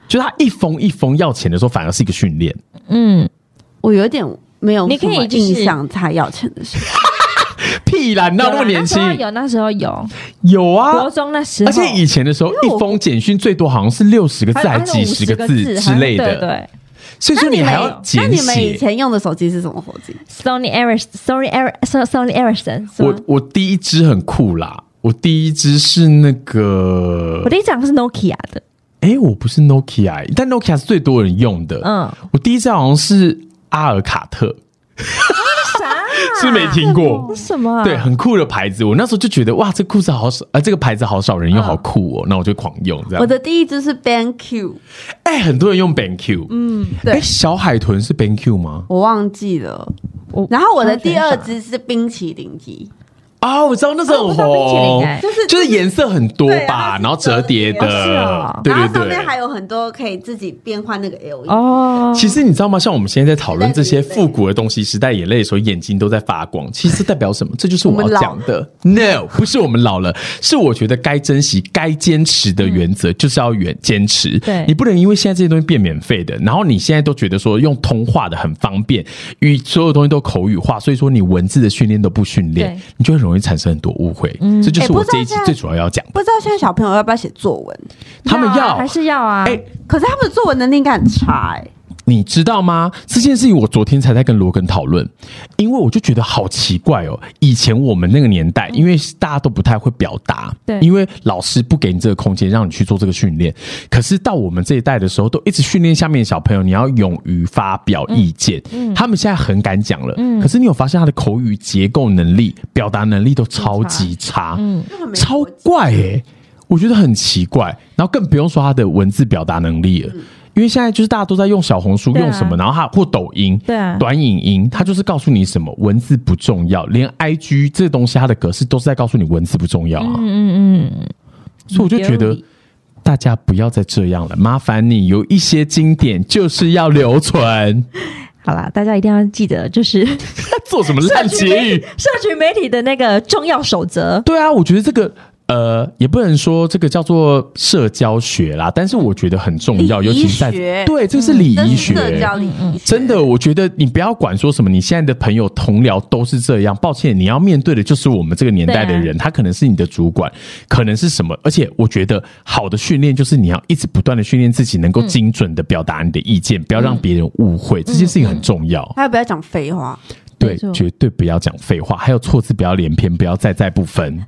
D: 就他一封一封要钱的时候，反而是一个训练。
C: 嗯，
B: 我有点没有
C: 你可以
B: 什么
C: 就是
B: 印象他要钱的事。
D: 屁啦，你哪有那么年轻？
C: 有那时候啊有，
D: 有啊
C: 国，中那时候，
D: 而且 以前的时候，一封简讯最多好像是六十个字
C: 还
D: 还
C: 有
D: 几十
C: 50
D: 字之类
C: 对
D: 的。
C: 对，
D: 所以说
B: 那你
D: 还
B: 们
D: 要
B: 那
D: 简
B: 你们以
D: 写。
B: 前用的手机是什么手机？
C: Sony Ericsson，Sony Ericsson，Sony Ericsson，是吗
D: 我我第一支很酷啦，我第一支是那个
C: 我，第一张是 Nokia 的，
D: 哎、我不是 Nokia，、欸但 Nokia 是最多人用的。
C: 嗯
D: 嗯，我第一支好像是阿尔卡特， 是没听过
C: 这。什么啊？
D: 对，很酷的牌子，我那时候就觉得哇，这裤子好少，呃，这个牌子好少人用，好酷哦，那我就狂用这
B: 我
D: 样。
B: 的第一支是 BenQ，
D: 哎、很多人用 BenQ，嗯，
B: 对
D: 哎、小海豚是 BenQ 吗？
B: 我忘记了。
C: 我
B: 然后我的第二支是冰淇淋机，
D: 啊，我知道那时候
C: 哦我
D: 很
C: 不知道冰淇淋
D: 红，
C: 哎
D: 就是就是颜色很多
B: 对
D: 吧，
B: 然后是
D: 然后折叠的，
C: 折叠哦是哦
D: 对
B: 然
D: 对
B: 后上面还
D: 对。
B: 有很多可以自己变换那个 E LED。
C: 哦，
D: 其实你知道吗？像我们现在在讨论这些
B: 眼泪
D: 复古的东西，时代眼泪的时候，眼睛都在发光。其实代表什么？这就是我要
B: 我们老
D: 讲的。No，不是我们老了，是我觉得该珍惜、该坚持的原则，就是要远坚持。
C: 对
D: 你不能因为现在这些东西变免费的，然后你现在都觉得说用通话的很方便，与所有东西都口语化，所以说你文字的训练都不训练
C: 对，
D: 你就很容易产生很多误会。这就是
B: 哎
D: 我
B: 不知道
D: 这一集
B: 现在
D: 最主要要讲的。
B: 不知道现在小朋友要不要写作文？
D: 他们
C: 啊
D: 要
C: 还是要啊？
D: 哎
B: 可是他们的作文能力应该很差哎、
D: 你知道吗？这件事情我昨天才在跟罗根讨论，因为我就觉得好奇怪哦。以前我们那个年代，因为大家都不太会表达，
C: 对
D: 因为老师不给你这个空间让你去做这个训练。可是到我们这一代的时候，都一直训练下面的小朋友，你要勇于发表意见。他们现在很敢讲了，可是你有发现他的口语结构能力、表达能力都超级差，超怪耶、我觉得很奇怪，然后更不用说他的文字表达能力了，因为现在就是大家都在用小红书，
C: 对啊
D: 用什么，然后他或抖音，
C: 对啊
D: 短影音，他就是告诉你什么文字不重要，连 I G 这东西它的格式都是在告诉你文字不重要啊，
C: 嗯嗯嗯，
D: 所以我就觉
C: 有
D: 得
C: 理。
D: 大家不要再这样了，麻烦你有一些经典就是要留存。
C: 好啦，大家一定要记得，就是
D: 做什么烂结语？
C: 社群媒体的那个重要守则。
D: 对啊，我觉得这个呃，也不能说这个叫做社交学啦，但是我觉得很重要，
B: 礼
D: 尤
B: 仪
D: 其是在
B: 学嗯
D: 对，这个是礼
B: 这
D: 仪学。
B: 是社交礼仪学。
D: 真的，我觉得你不要管说什么，你现在的朋友同僚都是这样。抱歉，你要面对的就是我们这个年代
B: 啊
D: 的人，他可能是你的主管，可能是什么。而且我觉得好的训练就是你要一直不断的训练自己，能
B: 嗯
D: 够精准的表达你的意见，不要让别人误会，这件事
B: 嗯
D: 情很重要。
B: 还有不要讲废话，
D: 对
C: 没错，
D: 绝对不要讲废话，还有错字不要连篇，不要再再不 分，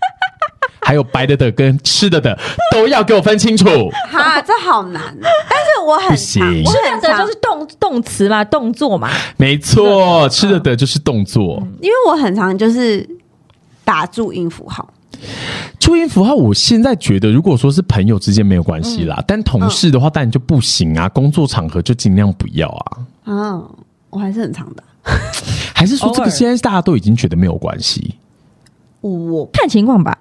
D: 还有白的的跟吃的的都要给我分清楚。
B: 哈，这好难啊。 但是我很
D: 不
B: 常
D: 行
B: 我很
C: 这则
B: 常
C: 就是动动词嘛，动 作嘛，
D: 没
C: 嗯
D: 错，吃的的就是动作。
B: 因为我很常就是打注音符号，
D: 注音符号，我现在觉得，如果说是朋友之间没有关系
C: 嗯
D: 啦，但同事的话，当然就不行啊。工作场合就尽量不要啊。
B: 嗯，我还是很常打。
D: 还是说这个
C: 偶尔
D: 现在大家都已经觉得没有关系？
B: 我
C: 看情况吧。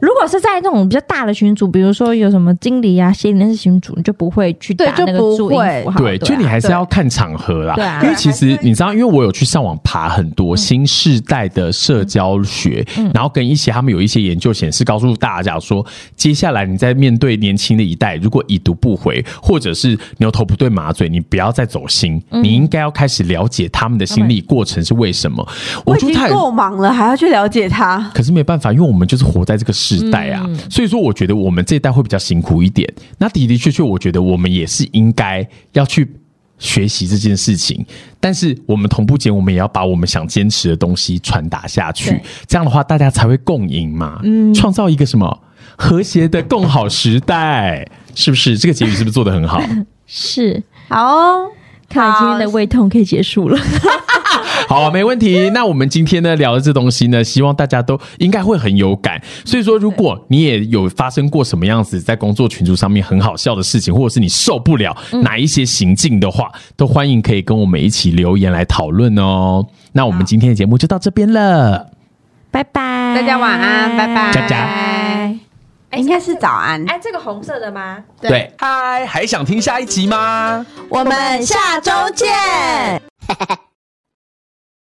C: 如果是在那种比较大的群组，比如说有什么经理啊、协理那些群组，你就不会去打
B: 对就
C: 那个
B: 不
C: 注音
B: 会
C: 符号。
D: 对，
C: 啊
D: 就你还是要看场合啦。
C: 对啊
D: 因为其实你知道，因为我有去上网爬很
C: 嗯
D: 多新世代的社交学，然后跟一些他们有一些研究显示，告诉大家说，接下来你在面对年轻的一代，如果已读不回，或者是牛头不对马嘴，你不要再走心，
C: 嗯
D: 你应该要开始了解他们的心理过程是为什么。
B: 我已
D: 就
B: 经
D: 太
B: 够忙了，还要去了解它。
D: 可是没办法，因为我们就是活在这个时代啊，所以说我觉得我们这一代会比较辛苦一点。那的的确确，我觉得我们也是应该要去学习这件事情，但是我们同步间，我们也要把我们想坚持的东西传达下去
C: 对，
D: 这样的话大家才会共赢嘛，创造一个什么和谐的共好时代，是不是？这个结语是不是做的很好？
C: 是。
B: 好哦，
C: 看来今天的胃痛可以结束了。
D: 好，没问题。那我们今天呢聊的这东西呢，希望大家都应该会很有感。所以说，如果你也有发生过什么样子在工作群组上面很好笑的事情，或者是你受不了哪一些行径的话，都欢迎可以跟我们一起留言来讨论哦。那我们今天的节目就到这边了，
C: 拜拜，
B: 大家晚安，拜拜，
D: 佳佳
B: 哎应该是早安，
C: 哎，这个红色的吗？
D: 对，嗨，还想听下一集吗？
B: 我们下周见。